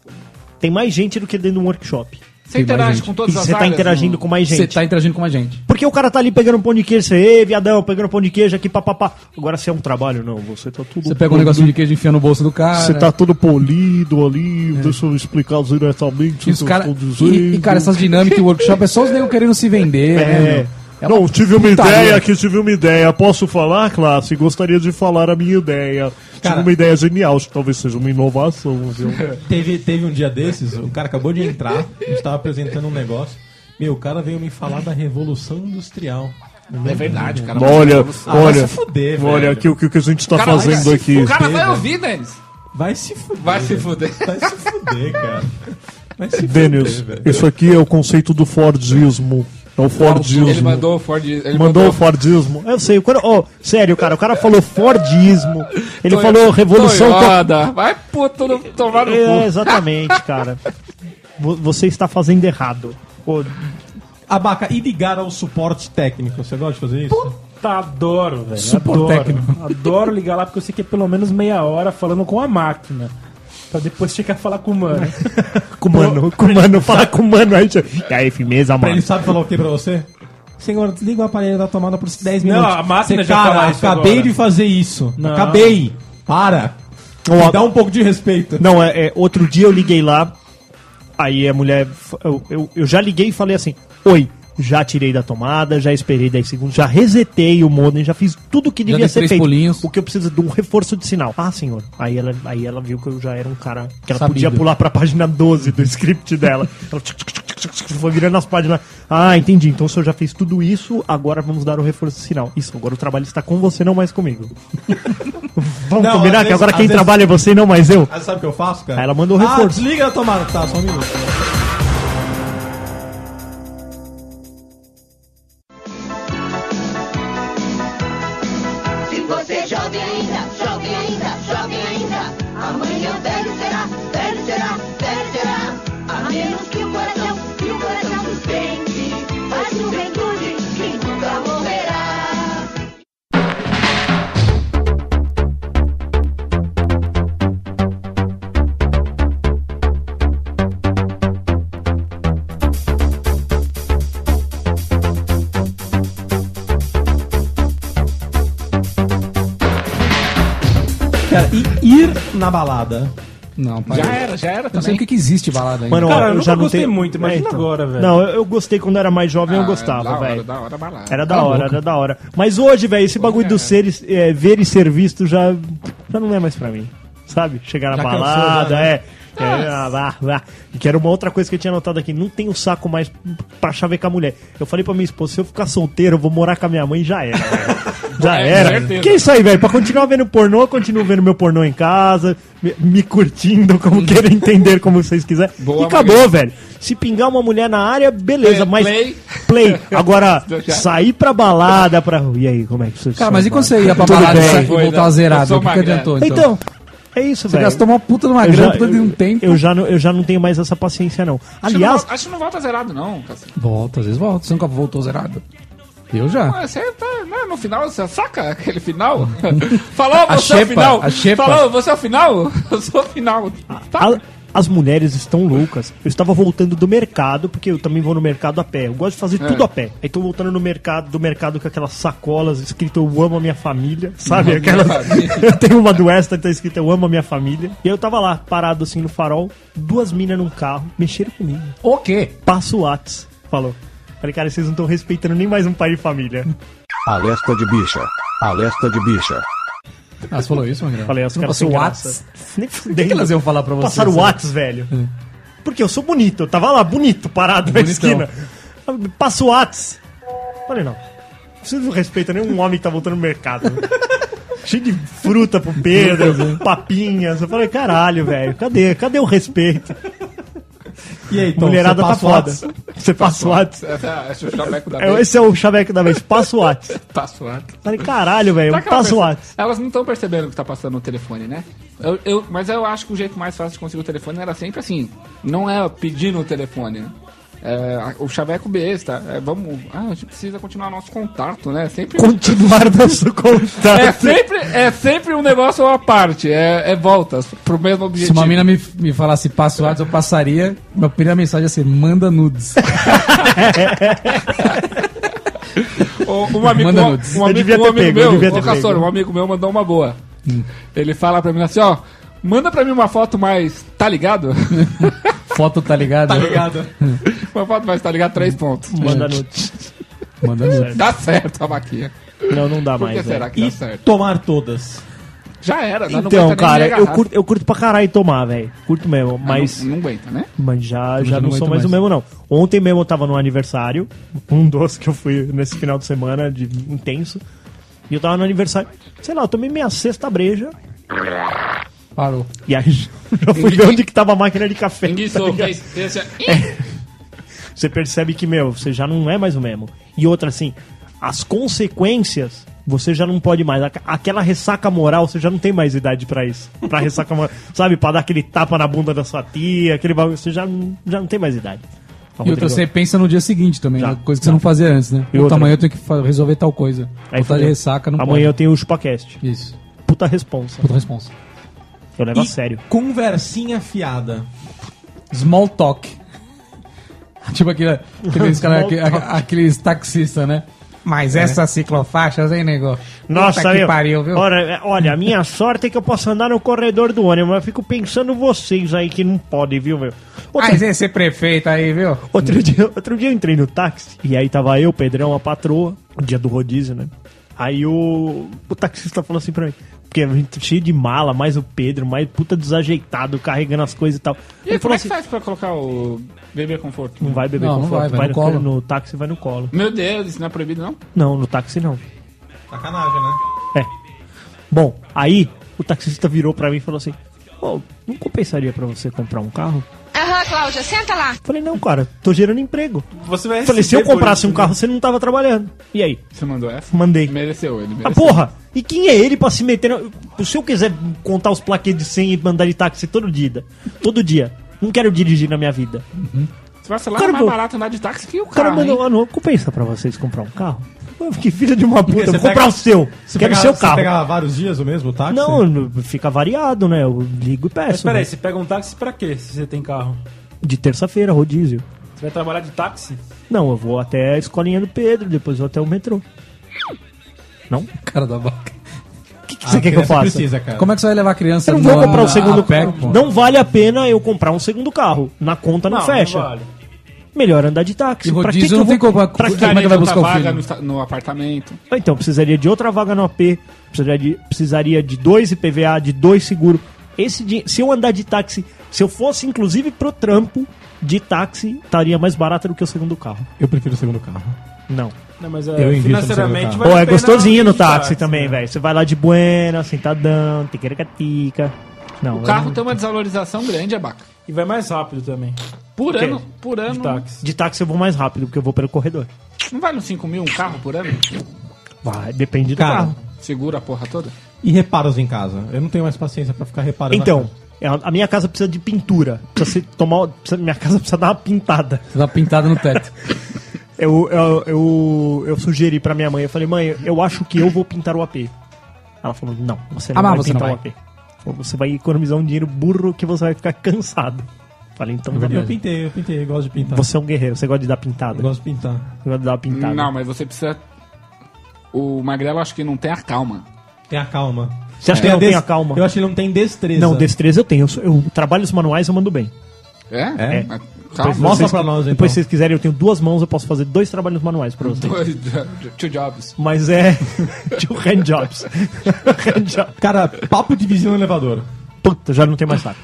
tem mais gente do que dentro de um workshop. Você interage com todas E as você tá áreas né? interagindo no- com mais gente. Você tá interagindo com mais gente. Porque o cara tá ali pegando um pão de queijo, você, ei, viadão, pegando pão de queijo aqui, papapá. Agora se é um trabalho, não. Você tá tudo. Você pega um negocinho de queijo e enfia no bolso do cara. Você tá todo polido ali, deixa eu explicar diretamente E o os que eu cara, estou e, dizendo. e, cara, essas dinâmicas e workshop é só os negros querendo se vender. É. né, meu? não, tive uma putaria. ideia aqui, tive uma ideia. Posso falar, classe? Gostaria de falar a minha ideia. Cara- Tive uma ideia genial, acho que talvez seja uma inovação, viu? Teve, teve um dia desses, o cara acabou de entrar, a gente tava apresentando um negócio. Meu, o cara veio me falar da Revolução Industrial. É verdade, cara. Olha, Ah, vai olha, se fuder, olha velho. aqui o que o que a gente tá Cara, vai fazendo se- aqui. O cara vai Velho. ouvir, Denis. Vai se fuder. Vai se fuder. Vai se fuder, cara. Vai se Denis, fuder, velho. isso aqui é o conceito do Fordismo. É o Fordismo. Ele mandou o Ford. Ele mandou o Fordismo. Eu sei, o cara, ó, sério, cara, o cara falou Fordismo. Ele Toyo- falou revolução Toyota. Vai pô, todo tomar no É, cu. exatamente, cara. Vo- Você está fazendo errado. Pô, Abaca, e ligar ao suporte técnico? Você gosta de fazer isso? Tá, adoro, velho. Super adoro. técnico. Adoro ligar lá porque eu sei que é pelo menos meia hora falando com a máquina. Pra depois chegar a falar com o mano. com o mano, com o mano, fala com o mano aí. tio. E aí, firmeza, Pra ele mano. sabe falar o que pra você? Senhor, desliga o aparelho da tomada por 10 Não, minutos. a máquina Você, já cara, fala isso acabei agora. de fazer isso. Não. Acabei. Para. Ó, Me dá um pouco de respeito. Não, é, é, outro dia eu liguei lá, aí a mulher. f- Eu, eu, eu já liguei e falei assim: Oi, já tirei da tomada, já esperei 10 segundos, já resetei o modem, já fiz tudo o que devia dei ser três feito. pulinhos. O que eu preciso é de um reforço de sinal. Ah, senhor. Aí ela, aí ela viu que eu já era um cara. Que ela Sabido. podia pular pra página 12 do script dela. Ela tchuc, tchuc, tchuc, tchuc, tchuc, foi virando as páginas. Ah, entendi. Então o senhor já fez tudo isso, agora vamos dar o reforço de sinal. Isso, agora o trabalho está com você, não mais comigo. vamos Não, combinar às que vezes- agora quem às vezes- trabalha é você e não mais eu? Aí Ah, sabe o que eu faço, cara? Aí ela mandou o Ah, reforço. desliga a tomada. Tá, só um minuto. Se você é jovem ainda, jovem ainda, jovem ainda, amanhã velho será, velho será, velho será. A menos que o coração, que o coração suspende, a juventude um que nunca morrerá. Cara, e ir na balada? Não, pai. Já era, já era Eu não sei também. o que, que existe balada ainda. Mano, Cara, ó, eu eu, nunca já não gostei tenho- É, então. muito, imagina agora, velho. Não, eu, eu gostei quando era mais jovem, eu Ah, da gostava, hora, velho. Da hora, balada. Era da hora, era da hora. Mas hoje, velho, esse bagulho do ser, e- é, ver e ser visto já, já não é mais pra mim. Sabe? Chegar na Já cansou, balada, né? já, é. é, ah, vá, vá. E que era uma outra coisa que eu tinha notado aqui. Não tenho saco mais pra chavecar mulher. Eu falei pra minha esposa, se eu ficar solteiro, eu vou morar com a minha mãe e já era. velho. Já É, com era. certeza. Que é isso aí, velho. Pra continuar vendo pornô, eu continuo vendo meu pornô em casa, me, me curtindo como queira entender, como vocês quiserem. Boa, e acabou, velho. Se pingar uma mulher na área, Play, beleza, mas. play. Play. Agora, Já- sair pra balada, pra. E aí, como é que você Cara, mas e quando você ia pra Tudo balada e bem. sa- e Foi, voltava né? zerado? Eu sou O que, que magrelo. adiantou? Então, é isso, Você velho. gastou uma puta numa Eu grana já- puta de um tempo. Eu já, não, eu já não tenho mais essa paciência, não. Acho que Aliás, não vol- acho que não volta zerado, não, tá assim. Cassio. Volta, às vezes volta. Você nunca voltou zerado? Eu já. Ah, Você tá, né, no final, você saca aquele final? Falou, A você é o xepa, final. a xepa. Falou, você é o final? Eu sou o final. Ah, Tá. a- as mulheres estão loucas. Eu estava voltando do mercado, porque eu também vou no mercado a pé. Eu gosto de É. fazer tudo a pé. Aí tô voltando no mercado, do mercado com aquelas sacolas escrito Eu amo a minha família, sabe? Aquelas. eu tenho uma do Western que tá escrito Eu amo a minha família. E eu tava lá, parado assim no farol, duas minas num carro, mexeram comigo. O quê? Passa o Whats, falou. Falei, cara, vocês não estão respeitando nem mais um pai de família. Alerta de bicha. Alerta de bicha. Ah, você falou isso, Magrão? Falei, os Não caras passou sem o graça. Whats? Nem O que, que elas iam falar pra né? você? Passaram o sabe? Whats, velho. Porque eu sou bonito, eu tava lá, bonito, parado na Bonitão. esquina. Passa o Whats. Falei, não. Vocês não respeitam nenhum homem que tá voltando no mercado. Cheio de fruta pro é. Pedro, papinhas. Eu falei, caralho, velho, cadê? Cadê o respeito? E aí, então, Mulherada você tá passa o foda. WhatsApp? Você passa o Whats. Acho o chaveco da É, vez. Esse é o chaveco da vez, passa o Whats. Tá suado. Falei, caralho, velho, Será que ela passa o perce- Whats. Elas não estão percebendo o que tá passando no telefone, né? Eu, eu- mas eu acho que o jeito mais fácil de conseguir o telefone era sempre assim. Não é pedindo o telefone. é, a- o chaveco besta. é, vamos. Ah, a gente precisa continuar nosso contato, né? Sempre. Continuar nosso contato. É sempre, é sempre um negócio à parte, é, é voltas pro mesmo Se objetivo. uma mina me, me falasse passo WhatsApp, eu passaria. Minha primeira mensagem ia ser: manda nudes. O- um amigo, Manda um, nudes. um Eu amigo, devia um ter amigo pego, eu devia meu, ter ô Castor, pego. um amigo meu mandou uma boa. Hum. Ele fala pra mim assim, ó, manda pra mim uma foto mais tá ligado? Foto, tá ligado? Tá ligado. uma foto mais tá ligado, Hum. três pontos. Manda nudes. Manda nudes. Dá certo a vaquinha. Não, não dá Por mais, que será velho. que dá E certo? Tomar todas. Já era, né? Não aguenta Então, nem cara, minha eu garrafa. curto, eu curto pra caralho tomar, velho. Curto mesmo, Ah, mas. Não, não aguenta, né? Mas já, Mas já eu não, não sou aguento mais o mais. mesmo, não. Ontem mesmo eu tava num aniversário, um doce que eu fui nesse final de semana, de intenso. E eu tava no aniversário, sei lá, eu tomei minha sexta breja. Parou. E aí já fui ver onde que tava a máquina de café. tá ligado? Você percebe que, meu, você já não é mais o mesmo. E outra, assim, as consequências você já não pode mais. Aqu- Aquela ressaca moral, você já não tem mais idade pra isso. Pra ressaca moral. Sabe, pra dar aquele tapa na bunda da sua tia, aquele bagulho, você já, não- já não tem mais idade. Ó, E outra, Rodrigo. você pensa no dia seguinte também, né? coisa que você não fazia antes, né? E Puta, outra? amanhã eu tenho que fa- resolver tal coisa. Aí tá Aí de fudeu. ressaca, não Amanhã eu tenho o Chupacast. Isso. Puta responsa. Puta responsa. Eu levo a Tá sério. Conversinha fiada. Small talk. Tipo aquele, aqueles, cara, Small aque- a- aqueles taxistas, né? Mas É. essas ciclofaixas, hein, nego? Nossa, Puta que meu. pariu, viu? Ora, é, olha, a minha sorte é que eu posso andar no corredor do ônibus, mas eu fico pensando vocês aí que não podem, viu, meu? Outra- Mas esse prefeito aí, viu? Outro dia, outro dia eu entrei no táxi e aí tava eu, Pedrão, a patroa, dia do rodízio, né? Aí o, o taxista falou assim pra mim, porque a gente cheio de mala, mais o Pedro, mais puta desajeitado, carregando as coisas e tal. assim, E como é que faz pra colocar o bebê conforto? Não vai beber Não, não conforto, vai, vai no no, colo. no táxi vai no colo. Meu Deus, isso não é proibido, não? Não, no táxi não. Sacanagem, né? É. Bom, aí o taxista virou pra mim e falou assim: Ô, não compensaria pra você comprar um carro? Aham, Cláudia, senta lá. Falei, não, cara, tô gerando emprego. Você vai Falei, se eu receber por comprasse isso, um né? carro, você não tava trabalhando. E aí? Você mandou essa? Mandei. Mereceu ele, Ah, mereceu. porra! E quem é ele pra se meter? Na... Se eu quiser contar os plaquês de 100 e mandar de táxi todo dia, todo dia, não quero dirigir na minha vida. Você vai falar Cara, mais pô, barato andar de táxi que o O cara cara. mandou, ah, não, compensa pra vocês comprar um carro? Pô, Que filha de uma puta, Você vou comprar pega- o seu. você Quero o pega- seu você carro. pega vários dias o mesmo táxi? Ah, Não, n- fica variado, né? Eu ligo e Mas peço. peraí, né? você pega um táxi pra quê se você tem carro? De terça-feira, rodízio. Você vai trabalhar de táxi? Não, eu vou até a escolinha do Pedro, depois eu vou até o metrô. Não? Cara da vaca. O que, que Ah, você quer que eu faça? Como é que você vai levar a criança Eu não vou na- comprar o a segundo pé, carro. pô? Não vale a pena eu comprar um segundo carro. Na conta não, fecha. Melhor andar de táxi. E Pra rodízio que que eu não vou- tem como- pra que- Como é que vai buscar o vaga filho? No, esta- no apartamento. Ah, Então, precisaria de outra vaga no AP, precisaria de, precisaria de dois IPVA, de dois seguro. Esse dinhe- se eu andar de táxi, se eu fosse inclusive pro trampo de táxi, estaria mais barato do que o segundo carro. Eu prefiro o segundo carro. Não. Não, mas é, Eu invisto no financeiramente seu vai Pô, a é pena gostosinho no andar de né? táxi né? também, velho. Você vai lá de buena, sentadão, tiquericatica. Não, O eu carro não- tem uma desvalorização grande, abaca. E vai mais rápido também. Por quê? ano, por ano. de táxi eu vou mais rápido, porque eu vou pelo corredor. Não vale uns 5 mil um carro por ano? Vai, depende do Cara, carro. Segura a porra toda? E reparos em casa. Eu não tenho mais paciência pra ficar reparando. na Então, casa. é, a a minha casa precisa de pintura. Precisa se tomar, precisa- minha casa precisa dar uma pintada. Você dá uma pintada Tá no teto. Eu, eu, eu, eu sugeri pra minha mãe, eu falei, mãe, eu acho que eu vou pintar o AP. Ela falou, não, você não Ah, mas vai você pintar não o AP. Falou, Você vai economizar um dinheiro burro que você vai ficar cansado. Falei, então tá eu bom. pintei, eu pintei, eu gosto de pintar. Você é um guerreiro, você gosta de dar pintada. Eu gosto de pintar. Você gosta de dar uma pintada. Não, mas você precisa. O Magrelo acho que não tem a calma. Tem a calma. Você acha Tem que eu a não tenho É, des- a calma? Eu acho que ele não tem destreza. Não, destreza eu tenho. Eu, sou- eu trabalho os manuais, eu mando bem. É? É. Mas Depois, Calma. vocês- pra nós, então. Depois, se vocês quiserem, eu tenho duas mãos, eu posso fazer dois trabalhos manuais pra vocês. Dois- Two jobs. Mas é. Tipo handjobs. handjobs. Cara, papo de vizinho no elevador. Puta, já não tem mais saco.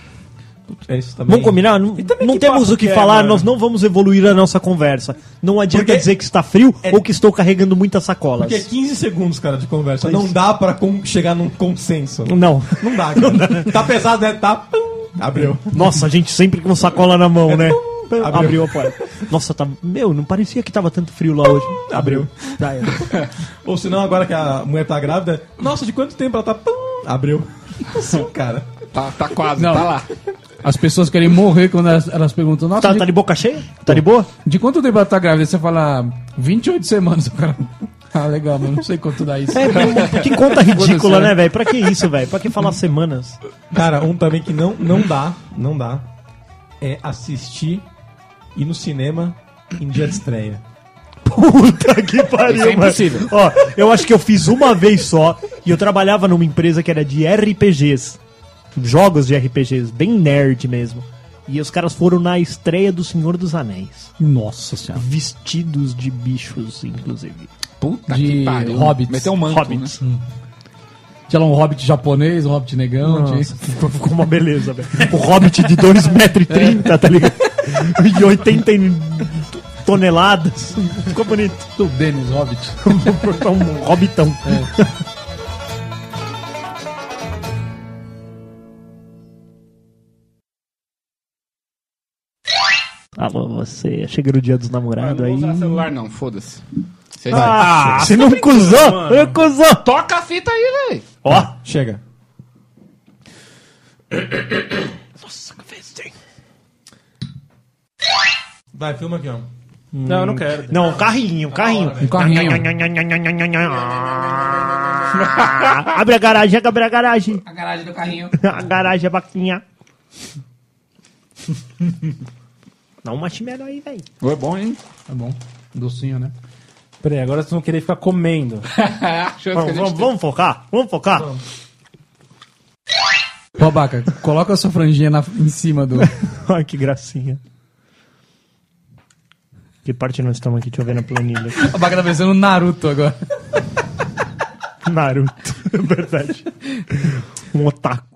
É isso também. Vamos combinar? Não, não que temos papo o que que é, falar, mano? nós não vamos evoluir a nossa conversa. Não adianta Porque- dizer que está frio É- ou que estou carregando muitas sacolas. Porque é 15 segundos, cara, de conversa. Não dá pra con- chegar num consenso. Não. Não dá, cara. Tá pesado, né? Tá. pum, Abriu. Nossa, a gente sempre com sacola na mão, né? Então, Abriu. Abriu a porta. Nossa, tá... meu, não parecia que tava tanto frio lá hoje. Abriu. Tá, é. Ou senão, agora que a mulher tá grávida, nossa, de quanto tempo ela tá. Pum, abriu. Sim, cara. Tá, tá quase, Não. tá lá. As pessoas querem morrer quando elas, elas perguntam, nossa. Tá- tá de boca cheia? Tá de boa? De quanto tempo ela tá grávida? Você fala, "Ah, 28 semanas, o cara. Ah, legal, mas não sei quanto dá isso. É, que conta ridícula, né, velho? Pra que isso, velho? Pra que falar semanas? Cara, um também que não, não dá, não dá, é assistir, ir no cinema em dia de estreia. Puta que pariu, Isso é mano. impossível. Ó, eu acho que eu fiz uma vez só e eu trabalhava numa empresa que era de RPGs. Jogos de RPGs, bem nerd mesmo. E os caras foram na estreia do Senhor dos Anéis. Nossa senhora. Vestidos de bichos, inclusive. Puta De hobbits. Meteu um manto, Hobbits. né? Tinha lá um hobbit japonês, um hobbit negão. Nossa, tinha- ficou ficou uma beleza, velho. O Hobbit de 2,30m, tá ligado? E 80 toneladas. Ficou bonito. O Denis Hobbit. um hobbitão. Alô, você. Chega no dia dos namorados Não aí. vou usar celular, não, foda-se. Cê- Ah, Cê- você não cuzão! mano. Eu cuzão! Toca a fita aí, velho. Ó, Chega. Vai, filma aqui, ó. Não, eu não quero. Não, um carrinho, um carrinho. Um carrinho. abre a garagem, abre a garagem. A garagem do carrinho. A garagem é baquinha. Dá uma chimera aí, velho. Foi bom, hein? Tá bom. Docinho, né? Peraí, agora vocês vão querer ficar comendo. É, Vamos, vamos, vamos focar, vamos focar. Babaca, coloca a sua franjinha na- em cima do. Ai, que gracinha. Que parte nós estamos aqui? Deixa eu ver na planilha. Babaca tá pensando no Naruto agora. Naruto, é verdade. Um otaku.